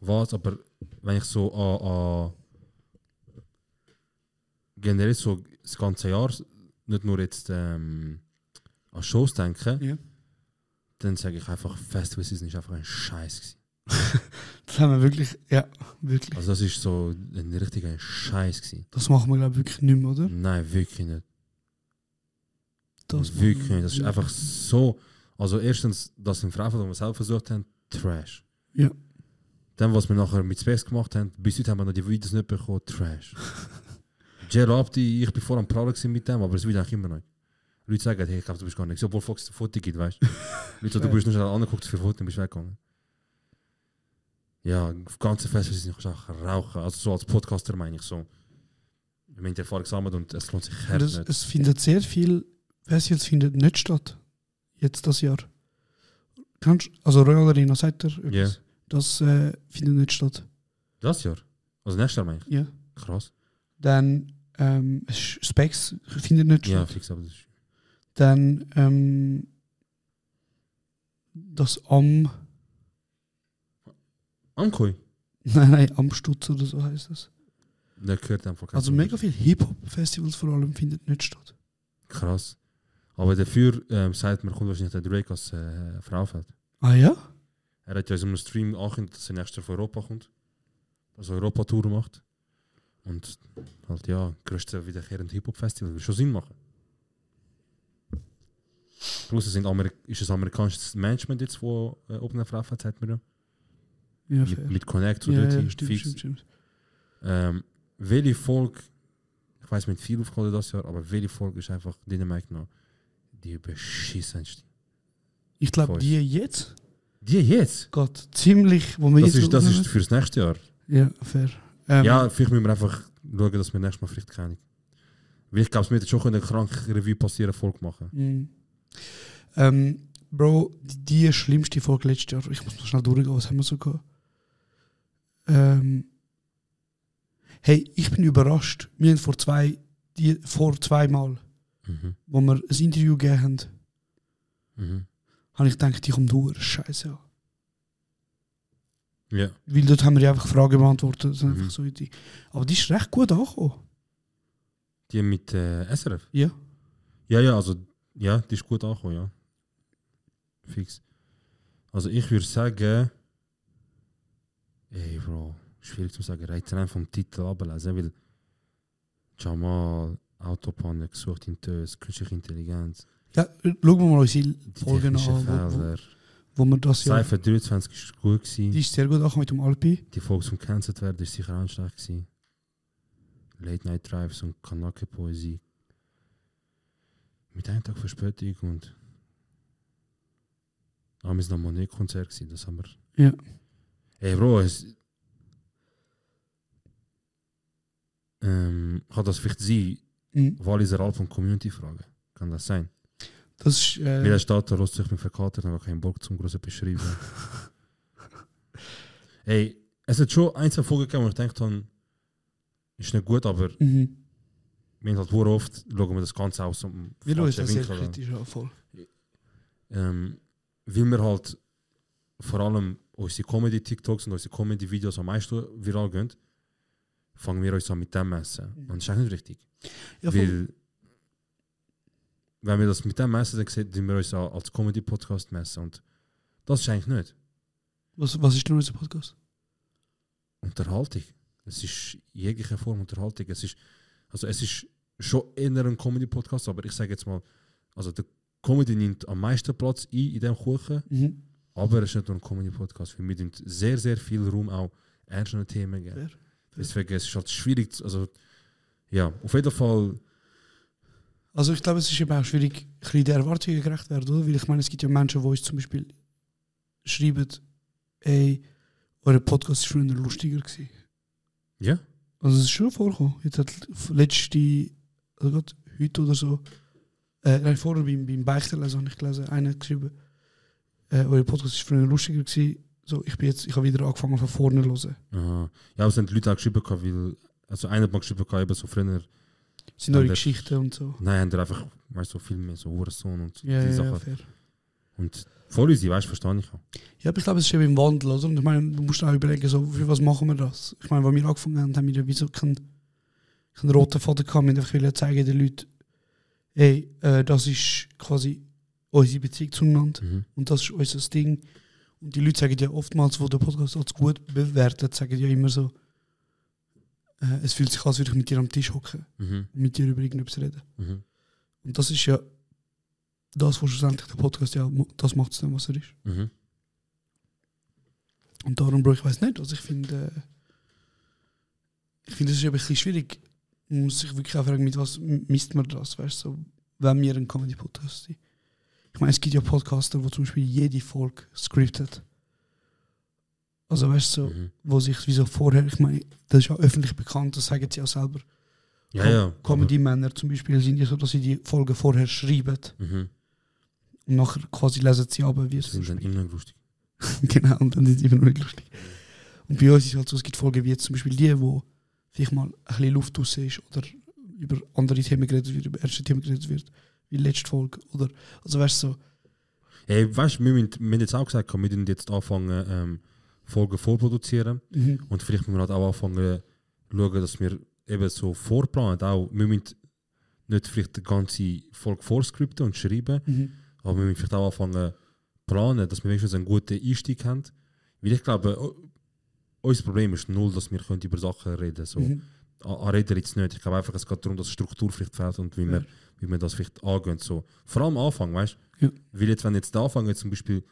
[SPEAKER 11] was, aber wenn ich so an, an generell so das ganze Jahr, nicht nur jetzt ähm, an Shows denke,
[SPEAKER 10] Ja.
[SPEAKER 11] dann sage ich einfach, Festival Season ist einfach ein Scheiß gewesen.
[SPEAKER 10] Das haben wir wirklich, ja, wirklich.
[SPEAKER 11] Also das ist so ein richtiger Scheiß gewesen.
[SPEAKER 10] Das machen wir, glaube ich, wirklich nicht mehr, oder?
[SPEAKER 11] Nein, wirklich nicht.
[SPEAKER 10] Das machen wir
[SPEAKER 11] wirklich nicht. Das ist
[SPEAKER 10] nicht.
[SPEAKER 11] einfach so. Also erstens, das im Freifeld, was wir selber versucht haben, Trash.
[SPEAKER 10] Ja.
[SPEAKER 11] Dann, was wir nachher mit Space gemacht haben, bis heute haben wir noch die Videos nicht bekommen, Trash. Gerard Abdi, ich bin vor am Prallen gewesen mit dem, aber es wird eigentlich immer noch. Leute sagen, hey, ich glaube, du bist gar nichts, obwohl Fox ein Foto gibt, weißt du? Leute, sagen, du bist nur schnell angeguckt für Foto und bist weggegangen. Ja, auf ganzen Fest ist nicht auch rauchen. Also so als Podcaster meine ich so. Wir haben die Erfahrung gesammelt und es lohnt sich
[SPEAKER 10] Und
[SPEAKER 11] hart
[SPEAKER 10] es,
[SPEAKER 11] nicht.
[SPEAKER 10] es findet sehr viel, was jetzt findet nicht statt. Jetzt das Jahr. Kannst, also Royal Arena, sagt er etwas?
[SPEAKER 11] Ja.
[SPEAKER 10] Das äh, findet nicht statt.
[SPEAKER 11] Das Jahr? Also nächstes Jahr meine ich.
[SPEAKER 10] Ja.
[SPEAKER 11] Krass.
[SPEAKER 10] Dann ähm, es- Specs findet nicht
[SPEAKER 11] Ja,
[SPEAKER 10] statt.
[SPEAKER 11] fix, aber das ist...
[SPEAKER 10] Dann ähm, das Am,
[SPEAKER 11] Ankoi?
[SPEAKER 10] nein, nein, Amstutz oder so heißt das.
[SPEAKER 11] Der gehört einfach kein
[SPEAKER 10] Also
[SPEAKER 11] Mensch.
[SPEAKER 10] mega viel Hip-Hop-Festivals vor allem findet nicht statt.
[SPEAKER 11] Krass. Aber dafür ähm, sagt man, kommt wahrscheinlich der Drake als äh, Frauenfeld.
[SPEAKER 10] Ah ja?
[SPEAKER 11] Er hat ja in so einem Stream angekündigt, dass er nächstes Jahr von Europa kommt. Also Europa-Tour macht. Und halt ja, größte wiederkehrende Hip-Hop-Festival. Will schon Sinn machen. Plus es sind Amerik ist ein amerikanisches Management jetzt, wo äh, auf einer Frauenfeld sagt man ja.
[SPEAKER 10] Ja, fair.
[SPEAKER 11] Mit, mit Connect und
[SPEAKER 10] ja,
[SPEAKER 11] dort
[SPEAKER 10] ja
[SPEAKER 11] hin,
[SPEAKER 10] stimmt,
[SPEAKER 11] fix.
[SPEAKER 10] stimmt, stimmt.
[SPEAKER 11] Ähm, welche Folge, ich weiß mit viel aufgeholt das Jahr, aber welche Folge ist einfach, deiner Meinung nach, die beschissenste.
[SPEAKER 10] Ich glaube,
[SPEAKER 11] Voll.
[SPEAKER 10] die jetzt
[SPEAKER 11] Die jetzt?
[SPEAKER 10] geht ziemlich, wo wir
[SPEAKER 11] Das
[SPEAKER 10] jetzt
[SPEAKER 11] ist, das
[SPEAKER 10] aufnehmen.
[SPEAKER 11] ist fürs nächste Jahr.
[SPEAKER 10] Ja, fair. Ähm,
[SPEAKER 11] Ja, vielleicht müssen wir einfach schauen, dass wir nächstes Mal vielleicht keine. Weil ich glaube, es wird schon eine kranke Revue passieren, Folge machen.
[SPEAKER 10] mm. Ähm, Bro, die, die schlimmste Folge letztes Jahr, ich muss mal schnell durchgehen, was haben wir so gehabt? Ähm, hey, ich bin überrascht. Wir haben vor zwei, die, vor zweimal
[SPEAKER 11] Mhm.
[SPEAKER 10] wo wir ein Interview gegeben haben,
[SPEAKER 11] Mhm.
[SPEAKER 10] habe ich gedacht, ich komme durch. Scheiße. an.
[SPEAKER 11] Ja.
[SPEAKER 10] Weil dort haben wir ja einfach Fragen beantwortet. Das sind
[SPEAKER 11] Mhm.
[SPEAKER 10] einfach so die. Aber die ist recht gut angekommen.
[SPEAKER 11] Die mit äh, SRF?
[SPEAKER 10] Ja.
[SPEAKER 11] Ja, ja, also, ja, die ist gut angekommen, ja. Fix. Also ich würde sagen, ey Bro, schwierig zu sagen, reicht rein vom Titel ablesen, weil Jamal, Autobahn gesucht in Tös, künstliche Intelligenz,
[SPEAKER 10] ja schauen wir mal unsere
[SPEAKER 11] die
[SPEAKER 10] Folgen an,
[SPEAKER 11] technischen
[SPEAKER 10] wo, wo,
[SPEAKER 11] Felder.
[SPEAKER 10] wo wir das ja.
[SPEAKER 11] Cypher 23 ist gut gewesen.
[SPEAKER 10] Die ist sehr gut angekommen mit dem Alpi.
[SPEAKER 11] Die Folge zum Cancelled werden ist sicher auch schlecht gewesen. Late Night Drives und Kanake Poesie. Mit einem Tag Verspätung und. Ah, wir sind am Monet-Konzert gewesen, das haben wir.
[SPEAKER 10] Ja.
[SPEAKER 11] Ey, Bro, es. Ähm, kann das vielleicht sein,
[SPEAKER 10] Mhm.
[SPEAKER 11] Walliser Album Community fragen? Kann das sein?
[SPEAKER 10] Das ist. Äh,
[SPEAKER 11] Wie der Staat rost sich mit Verkater, dann war kein Bock zum großen Beschreiben. Ey, es hat schon ein, zwei Folgen gegeben, wo ich gedacht habe, ist nicht gut, aber
[SPEAKER 10] mhm.
[SPEAKER 11] wir haben halt sehr oft, schauen wir das Ganze aus. Um
[SPEAKER 10] Wir schauen uns das sehr
[SPEAKER 11] an.
[SPEAKER 10] kritisch an. Voll.
[SPEAKER 11] Ähm, weil wir halt vor allem unsere Comedy-TikToks und unsere Comedy-Videos am meisten viral gehen, fangen wir uns an mit dem messen.
[SPEAKER 10] Mhm.
[SPEAKER 11] Und das ist eigentlich nicht richtig.
[SPEAKER 10] Ja, voll.
[SPEAKER 11] Weil, wenn wir das mit dem messen, dann sehen wir uns auch als Comedy-Podcast messen. Und das ist eigentlich nicht.
[SPEAKER 10] Was, was ist denn unser Podcast?
[SPEAKER 11] Unterhaltung. Es ist jegliche Form Unterhaltung. Es ist, also es ist schon eher ein Comedy-Podcast, aber ich sage jetzt mal, also der Comedy nimmt am meisten Platz ein in dem Kuchen,
[SPEAKER 10] Mhm.
[SPEAKER 11] aber es ist nicht nur ein Comedy-Podcast. Wir müssen sehr, sehr viel Raum auch ernsten Themen geben.
[SPEAKER 10] Fair.
[SPEAKER 11] Deswegen es ist es halt schwierig, zu- also ja, auf jeden Fall,
[SPEAKER 10] Also ich glaube, es ist eben auch schwierig, ein bisschen der Erwartungen gerecht werden, oder? Weil ich meine, es gibt ja Menschen, die uns zum Beispiel schreiben, ey, euer Podcast war früher lustiger. Gewesen.
[SPEAKER 11] ja,
[SPEAKER 10] Also es ist schon vorgekommen. Jetzt hat letzte, also gerade heute oder so, äh, nein, vorher beim, beim Beichterlesen habe ich gelesen, einer hat geschrieben, äh, euer Podcast war früher lustiger. Gewesen. So, ich, bin jetzt, ich habe wieder angefangen von vorne zu hören.
[SPEAKER 11] aha. ja, es sind Leute auch geschrieben, gehabt, weil, also einer hat mal geschrieben, gehabt, eben so früher,
[SPEAKER 10] Sind eure
[SPEAKER 11] Standard.
[SPEAKER 10] Geschichten und so.
[SPEAKER 11] nein, haben die einfach, weißt du, so viel mehr so Hurensohn und
[SPEAKER 10] Ja,
[SPEAKER 11] die
[SPEAKER 10] ja, ja,
[SPEAKER 11] Sachen.
[SPEAKER 10] fair.
[SPEAKER 11] und voll easy, weißt du, verstehe ich auch.
[SPEAKER 10] Ja, aber ich glaube, es ist eben im Wandel, oder? Und ich meine, du musst auch überlegen, so, für was machen wir das? Ich meine, als wir angefangen haben, haben wir ja wie so keinen, keinen roten Faden gehabt. Wir haben einfach wollen zeigen den Leuten, hey, äh, das ist quasi unsere Beziehung zueinander
[SPEAKER 11] Mhm.
[SPEAKER 10] und das ist unser Ding. Und die Leute sagen ja oftmals, wo der Podcast als gut bewertet, sagen ja immer so, äh, es fühlt sich an, als würde ich mit dir am Tisch hocken
[SPEAKER 11] Mhm.
[SPEAKER 10] und mit dir über irgendetwas reden.
[SPEAKER 11] Mhm.
[SPEAKER 10] Und das ist ja das, was schlussendlich der Podcast ja, mo- das macht es dann, was er ist.
[SPEAKER 11] Mhm.
[SPEAKER 10] Und darum, Bro, ich weiß nicht. Also ich finde, äh, ich finde, es ist eben ein bisschen schwierig. Man muss sich wirklich auch fragen, mit was m- misst man das, weißt du, so, wenn wir ein Comedy-Podcast sind. Ich meine, es gibt ja Podcaster, wo zum Beispiel jede Folge scriptet. Also weißt du, so,
[SPEAKER 11] Mhm.
[SPEAKER 10] wo sich wieso vorher, ich meine, das ist ja öffentlich bekannt, das sagen sie ja selber.
[SPEAKER 11] Ja,
[SPEAKER 10] Com-
[SPEAKER 11] ja.
[SPEAKER 10] Comedy-Männer zum Beispiel sind ja so, dass sie die Folgen vorher schreiben
[SPEAKER 11] aber- Mhm.
[SPEAKER 10] und nachher quasi lesen sie aber, wie
[SPEAKER 11] Das
[SPEAKER 10] es
[SPEAKER 11] sind dann
[SPEAKER 10] spielt.
[SPEAKER 11] immer lustig.
[SPEAKER 10] genau, und dann ist es immer noch nicht lustig. Und bei uns ist es halt so, es gibt Folgen wie jetzt zum Beispiel die, wo vielleicht mal ein bisschen Luft raus ist oder über andere Themen geredet wird, über erste Themen geredet wird, wie die letzte Folge. Oder, also weißt du, so,
[SPEAKER 11] Ey, weißt du, wir, müssen- wir haben jetzt auch gesagt, wir müssen jetzt anfangen, ähm, Folgen vorproduzieren. Und vielleicht müssen wir halt auch anfangen, schauen, dass wir eben so vorplanen. Auch, wir müssen nicht vielleicht die ganze Folge vorskripten und schreiben, aber wir müssen vielleicht auch anfangen, planen, dass wir wenigstens einen guten Einstieg haben. Weil ich glaube, u- unser Problem ist null, dass wir können über Sachen reden So. a- a Reden jetzt nicht. Ich glaube einfach, es geht darum, dass Struktur vielleicht fehlt und wie, wir, wie wir das vielleicht angehen. So. Vor allem am Anfang, weißt du?
[SPEAKER 10] Ja.
[SPEAKER 11] Weil jetzt, wenn jetzt der Anfang jetzt zum Beispiel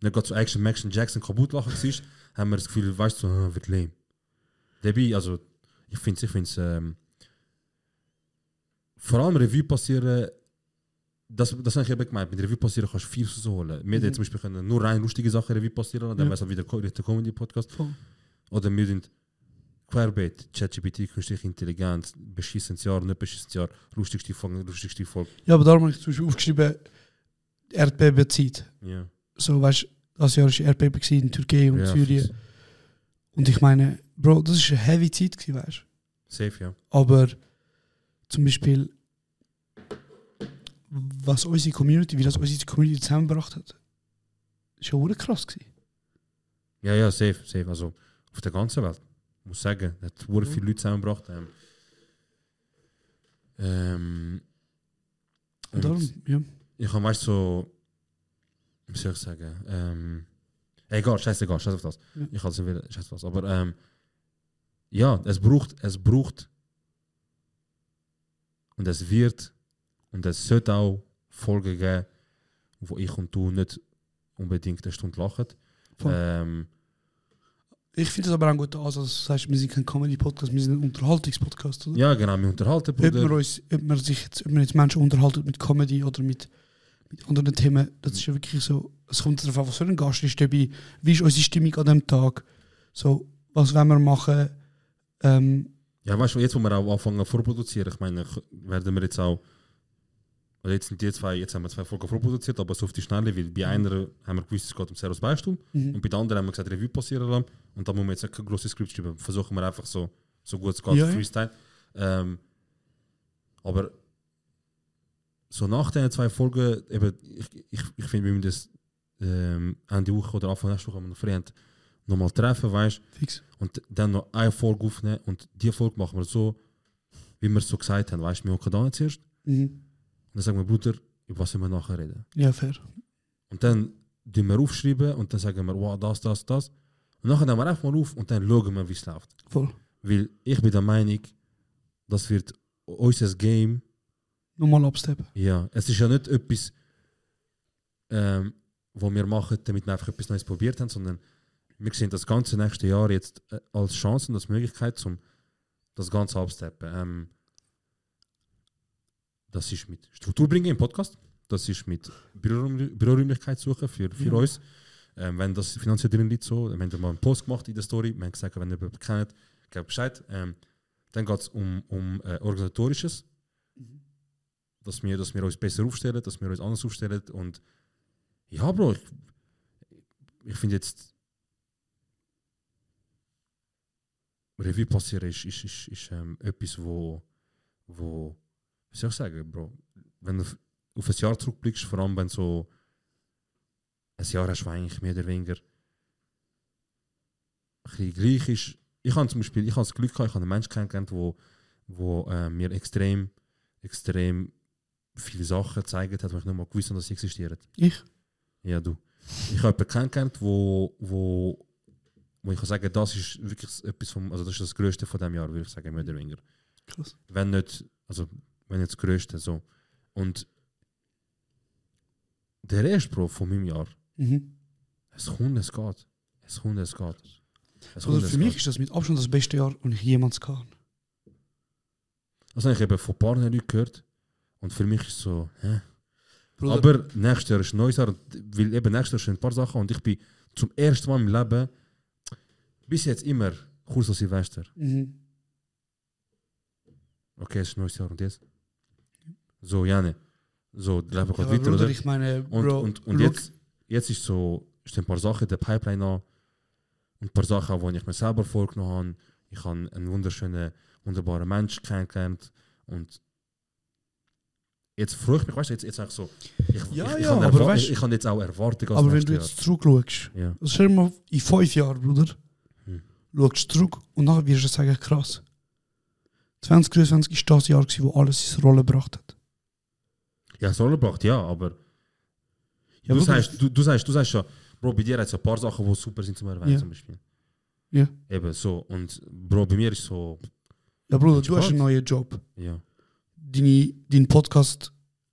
[SPEAKER 11] nicht gerade so Action, Action, Jackson kaputt lachen war, haben wir das Gefühl, weißt du, so, ah, wird lame. Dabei, also, ich finde es, ich find's, ähm, vor allem Revue passieren, das, das habe ich eben gemeint, mit Revue passieren kannst du viel rausholen. Wir hätten zum Beispiel können nur rein lustige Sachen Revue passieren lassen, dann
[SPEAKER 10] Mhm. Ja.
[SPEAKER 11] wäre es halt wieder Co- der Comedy-Podcast.
[SPEAKER 10] Voll.
[SPEAKER 11] Oder wir sind Querbeet, ChatGPT, künstliche Intelligenz, beschissenes Jahr, nicht beschissenes Jahr, lustigste Folge, lustigste Folge.
[SPEAKER 10] ja, aber darum habe ich zum Beispiel aufgeschrieben, Erdbebenzeit.
[SPEAKER 11] Ja.
[SPEAKER 10] So, weißt du, das Jahr war Erdbeben gewesen in Türkei und
[SPEAKER 11] ja,
[SPEAKER 10] Syrien. Und ich meine, Bro, das war eine heavy Zeit, gewesen, weißt du.
[SPEAKER 11] Safe, ja.
[SPEAKER 10] Aber zum Beispiel, was unsere Community, wie das unsere Community zusammengebracht hat, ist ja hure krass gewesen.
[SPEAKER 11] Ja, ja, safe, safe. Also auf der ganzen Welt. Ich muss sagen, das hat mhm. viele Leute zusammengebracht. Ähm, ähm,
[SPEAKER 10] Und darum, ja.
[SPEAKER 11] ich habe meist so, wie soll ich sagen, ähm, egal, scheißegal, scheiß auf das.
[SPEAKER 10] Ja.
[SPEAKER 11] Ich kann es nicht wieder, scheiß auf das. Aber ähm, ja, es braucht, es braucht und es wird und es sollte auch Folgen geben, wo ich und du nicht unbedingt eine Stunde lachen.
[SPEAKER 10] Voll.
[SPEAKER 11] Ähm,
[SPEAKER 10] Ich finde es aber auch ein guter Ansatz, dass du sagst, wir sind kein Comedy-Podcast, wir sind ein Unterhaltungspodcast, oder?
[SPEAKER 11] ja, genau, wir unterhalten,
[SPEAKER 10] Ob, man
[SPEAKER 11] Bruder.
[SPEAKER 10] uns, ob, man sich jetzt, ob man jetzt Menschen unterhaltet mit Comedy oder mit, mit anderen Themen, das ist ja wirklich so, es kommt darauf an, was für ein Gast ist dabei, wie ist unsere Stimmung an dem Tag, so, was wollen wir machen, ähm,
[SPEAKER 11] Ja, weißt du, jetzt, wo wir auch anfangen vorproduzieren, ich meine, k- werden wir jetzt auch. Also jetzt sind die zwei, jetzt haben wir zwei Folgen vorproduziert, aber so auf die Schnelle, weil
[SPEAKER 10] Mhm.
[SPEAKER 11] bei einer haben wir gewusst, es geht um Servus Beistuhl und bei der anderen haben wir gesagt, Revue passieren lassen und da muss man jetzt kein grosses Skript schreiben. Versuchen wir einfach so, so gut es geht,
[SPEAKER 10] Ja, ja.
[SPEAKER 11] Freestyle. Ähm, aber so nach den zwei Folgen, eben, ich, ich, ich finde, wir müssen das ähm, Ende Woche oder Anfang nächste Woche, wenn wir noch frei haben, nochmal treffen, weißt
[SPEAKER 10] fix.
[SPEAKER 11] und dann noch eine Folge aufnehmen und die Folge machen wir so, wie wir es so gesagt haben. Weißt du, wir hocken da jetzt erst und
[SPEAKER 10] Mhm.
[SPEAKER 11] dann sagen wir, Bruder, über was sollen wir nachher reden?
[SPEAKER 10] Ja, fair.
[SPEAKER 11] Und dann tun wir aufschreiben und dann sagen wir, wow, das, das, das. Und nachher nehmen wir einfach mal auf und dann schauen wir, wie es läuft.
[SPEAKER 10] Voll.
[SPEAKER 11] Weil ich bin der Meinung, das wird unser Game,
[SPEAKER 10] Nochmal absteppen.
[SPEAKER 11] ja, es ist ja nicht etwas, ähm, was wir machen, damit wir einfach etwas Neues probiert haben, sondern wir sehen das ganze nächste Jahr jetzt äh, als Chance und als Möglichkeit, um das Ganze absteppen. Ähm, das ist mit Struktur bringen im Podcast, das ist mit Büroräum- Büroräumlichkeit suchen für, für
[SPEAKER 10] Ja.
[SPEAKER 11] uns. Ähm, wenn das finanziell drin liegt, so, wir haben mal einen Post gemacht in der Story, wir haben gesagt, wenn ihr jemanden kennt, gebt Bescheid. Ähm, dann geht es um, um äh, Organisatorisches, dass, wir, dass wir uns besser aufstellen, dass wir uns anders aufstellen und ja, Bro, ich, ich finde jetzt Revue passieren ist, ist, ist, ist ähm, etwas, wo, wo, wie soll ich sagen, Bro, wenn du auf- auf ein Jahr zurückblickst, vor allem wenn so ein Jahr hast, wo eigentlich mehr oder weniger ein bisschen gleich ist. Ich habe zum Beispiel, ich habe das Glück gehabt, ich habe einen Menschen kennengelernt, wo, wo äh, mir extrem, extrem viele Sachen gezeigt hat, wo ich nicht mal gewusst habe, dass sie existieren.
[SPEAKER 10] Ich?
[SPEAKER 11] Ja, du. Ich habe jemanden kennengelernt, wo, wo, wo ich kann sagen das ist wirklich etwas vom, also das ist das Größte von dem Jahr, würde ich sagen, mehr oder weniger.
[SPEAKER 10] Krass.
[SPEAKER 11] Wenn nicht, also wenn nicht das Größte, so. Und der Rest, Bro, von meinem Jahr,
[SPEAKER 10] Mhm.
[SPEAKER 11] es kommt, es geht. Es kommt, es geht. Es kommt,
[SPEAKER 10] Oder
[SPEAKER 11] es
[SPEAKER 10] Also für mich
[SPEAKER 11] geht.
[SPEAKER 10] ist das mit Abstand das beste Jahr, das ich jemals kann.
[SPEAKER 11] Also ich habe von ein paar Leuten gehört und für mich ist so, hä? Aber nächstes Jahr ist ein neues Jahr, und weil eben nächstes Jahr sind ein paar Sachen und ich bin zum ersten Mal im Leben bis jetzt immer kurz vor Silvester.
[SPEAKER 10] Mhm.
[SPEAKER 11] Okay, es ist ein neues Jahr und jetzt? So, Janne. So, das Leben geht
[SPEAKER 10] Ja, aber
[SPEAKER 11] weiter,
[SPEAKER 10] Bruder,
[SPEAKER 11] oder?
[SPEAKER 10] ich meine,
[SPEAKER 11] und
[SPEAKER 10] Bro,
[SPEAKER 11] und, und
[SPEAKER 10] schau,
[SPEAKER 11] jetzt, jetzt ist so, ist ein paar Sachen in der Pipeline an und ein paar Sachen, die ich mir selber vorgenommen habe. Ich habe einen wunderschönen, wunderbaren Mensch kennengelernt und jetzt freue ich mich, weißt du, jetzt, jetzt eigentlich so. Ich,
[SPEAKER 10] Ja,
[SPEAKER 11] ich, ich
[SPEAKER 10] ja,
[SPEAKER 11] habe
[SPEAKER 10] aber
[SPEAKER 11] erwar-
[SPEAKER 10] weißt-
[SPEAKER 11] ich, ich habe jetzt auch Erwartungen
[SPEAKER 10] Aber wenn
[SPEAKER 11] nächstes
[SPEAKER 10] du jetzt zurückschaust,
[SPEAKER 11] Jahr. Ja.
[SPEAKER 10] Also stell dir mal in fünf Jahren, Bruder,
[SPEAKER 11] Hm.
[SPEAKER 10] schaust du zurück und nachher wirst du sagen, krass. 2023 ist das Jahr, gewesen, wo alles seine Rolle gebracht hat.
[SPEAKER 11] Ja, es gebracht, ja, aber du,
[SPEAKER 10] Ja, wirklich.
[SPEAKER 11] sagst, du, du sagst, du sagst ja, Bro, bei dir hat es ein paar Sachen, die super sind zum Erwähnen,
[SPEAKER 10] Ja.
[SPEAKER 11] zum Beispiel.
[SPEAKER 10] Ja.
[SPEAKER 11] Eben so. Und Bro, bei mir ist so,
[SPEAKER 10] Ja, Bruder, du
[SPEAKER 11] Sport.
[SPEAKER 10] hast einen neuen Job.
[SPEAKER 11] ja,
[SPEAKER 10] Deine, dein Podcast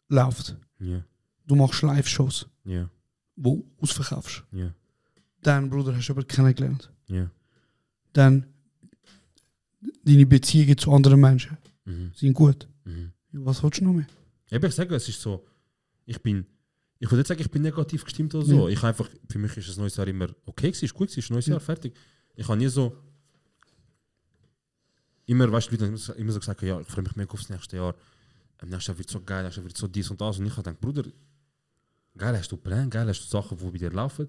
[SPEAKER 10] läuft.
[SPEAKER 11] ja,
[SPEAKER 10] Du machst Live-Shows,
[SPEAKER 11] ja,
[SPEAKER 10] wo du ausverkaufst.
[SPEAKER 11] ja,
[SPEAKER 10] Dann, Bruder, hast du jemanden kennengelernt.
[SPEAKER 11] ja.
[SPEAKER 10] Dann deine Beziehungen zu anderen Menschen
[SPEAKER 11] Mhm,
[SPEAKER 10] sind gut.
[SPEAKER 11] mhm.
[SPEAKER 10] Was willst du noch mehr?
[SPEAKER 11] Eben, ich sage, es ist so, ich bin, ich würde nicht sagen, ich bin negativ gestimmt oder so.
[SPEAKER 10] Ja.
[SPEAKER 11] Ich einfach, für mich ist das neues Jahr immer okay gewesen, ist gut gewesen, ist ein neues
[SPEAKER 10] Mhm.
[SPEAKER 11] Jahr, fertig. Ich habe nie so, immer, weißt du, Leute haben immer so- immer so gesagt, ja, ich freue mich mega aufs nächste Jahr. Am nächsten Jahr wird so geil, nächstes Jahr wird so dies und das. Und ich habe gedacht, Bruder, geil hast du Pläne, geil hast du Sachen, die bei dir laufen.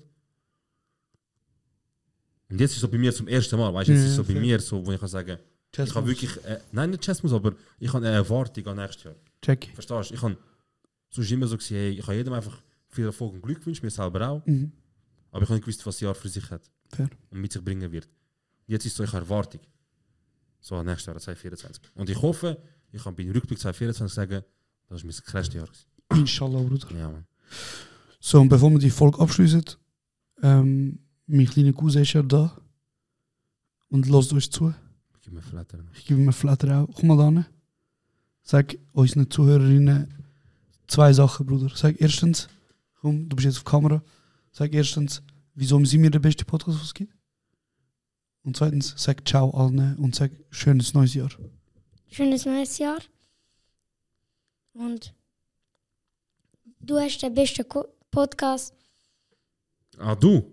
[SPEAKER 11] Und jetzt ist so bei mir zum ersten Mal, weißt du, jetzt
[SPEAKER 10] Ja,
[SPEAKER 11] ist so bei
[SPEAKER 10] fair.
[SPEAKER 11] mir so, wo ich kann sagen, ich
[SPEAKER 10] Chessmus.
[SPEAKER 11] habe wirklich, äh, nein, nicht Chessmus, aber ich habe eine Erwartung an nächstes Jahr.
[SPEAKER 10] Check.
[SPEAKER 11] Verstehst du? Ich habe Sonst war immer so, gewesen, hey, ich habe jedem einfach viel Erfolg und Glück gewünscht, mir selber auch.
[SPEAKER 10] Mhm.
[SPEAKER 11] Aber ich habe nicht gewusst, was das Jahr für sich hat
[SPEAKER 10] Fair.
[SPEAKER 11] und mit sich bringen wird. Jetzt ist so eine Erwartung. So, nächstes Jahr 2024. Und ich hoffe, ich kann bei dem Rückblick 2024 sagen, das war mein krasses Jahr. gewesen.
[SPEAKER 10] Inshallah, Bruder.
[SPEAKER 11] Ja, man.
[SPEAKER 10] So, und bevor wir die Folge abschließen, ähm, mein kleiner Cousin ist ja da. Und lasst euch zu.
[SPEAKER 11] Gib mir Flatter.
[SPEAKER 10] Ich gebe mir Flatter auch. Komm mal hin. Sag unseren Zuhörerinnen zwei Sachen, Bruder. Sag erstens, komm, du bist jetzt auf Kamera. Sag erstens, wieso sind wir der beste Podcast, was es gibt? Und zweitens, sag ciao allen und sag schönes neues Jahr.
[SPEAKER 3] Schönes neues Jahr. Und du hast den besten Ko Podcast.
[SPEAKER 11] Ah, du?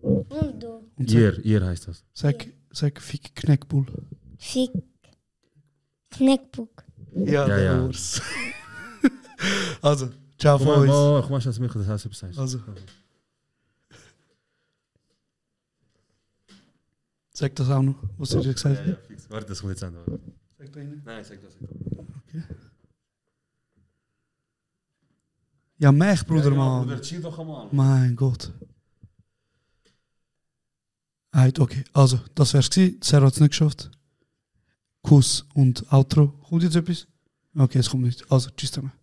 [SPEAKER 3] Und du.
[SPEAKER 10] Und sag,
[SPEAKER 11] Ihr, ihr heißt das.
[SPEAKER 10] sag, sag fick Kneckbull.
[SPEAKER 3] Fick. Knackbook.
[SPEAKER 10] Ja,
[SPEAKER 11] Ja, ja.
[SPEAKER 10] der Urs. also, ciao von uns.
[SPEAKER 11] oh, ich mach das Mikro, das heißt, du
[SPEAKER 10] Also. Sag das auch noch, was ich dir gesagt
[SPEAKER 11] Ja,
[SPEAKER 10] habe.
[SPEAKER 11] ja, fix. Warte, das kommt jetzt an. oder?
[SPEAKER 10] Sag da rein.
[SPEAKER 11] Nein, sag das.
[SPEAKER 10] Ja, mech, Bruder, Mann.
[SPEAKER 11] Bruder, chill doch einmal.
[SPEAKER 10] Mein Gott. Alright, okay, also, das wär's gewesen. Sarah hat's nicht geschafft. Kuss und Outro. Kommt jetzt etwas? Okay, es kommt nicht. Also, tschüss zusammen.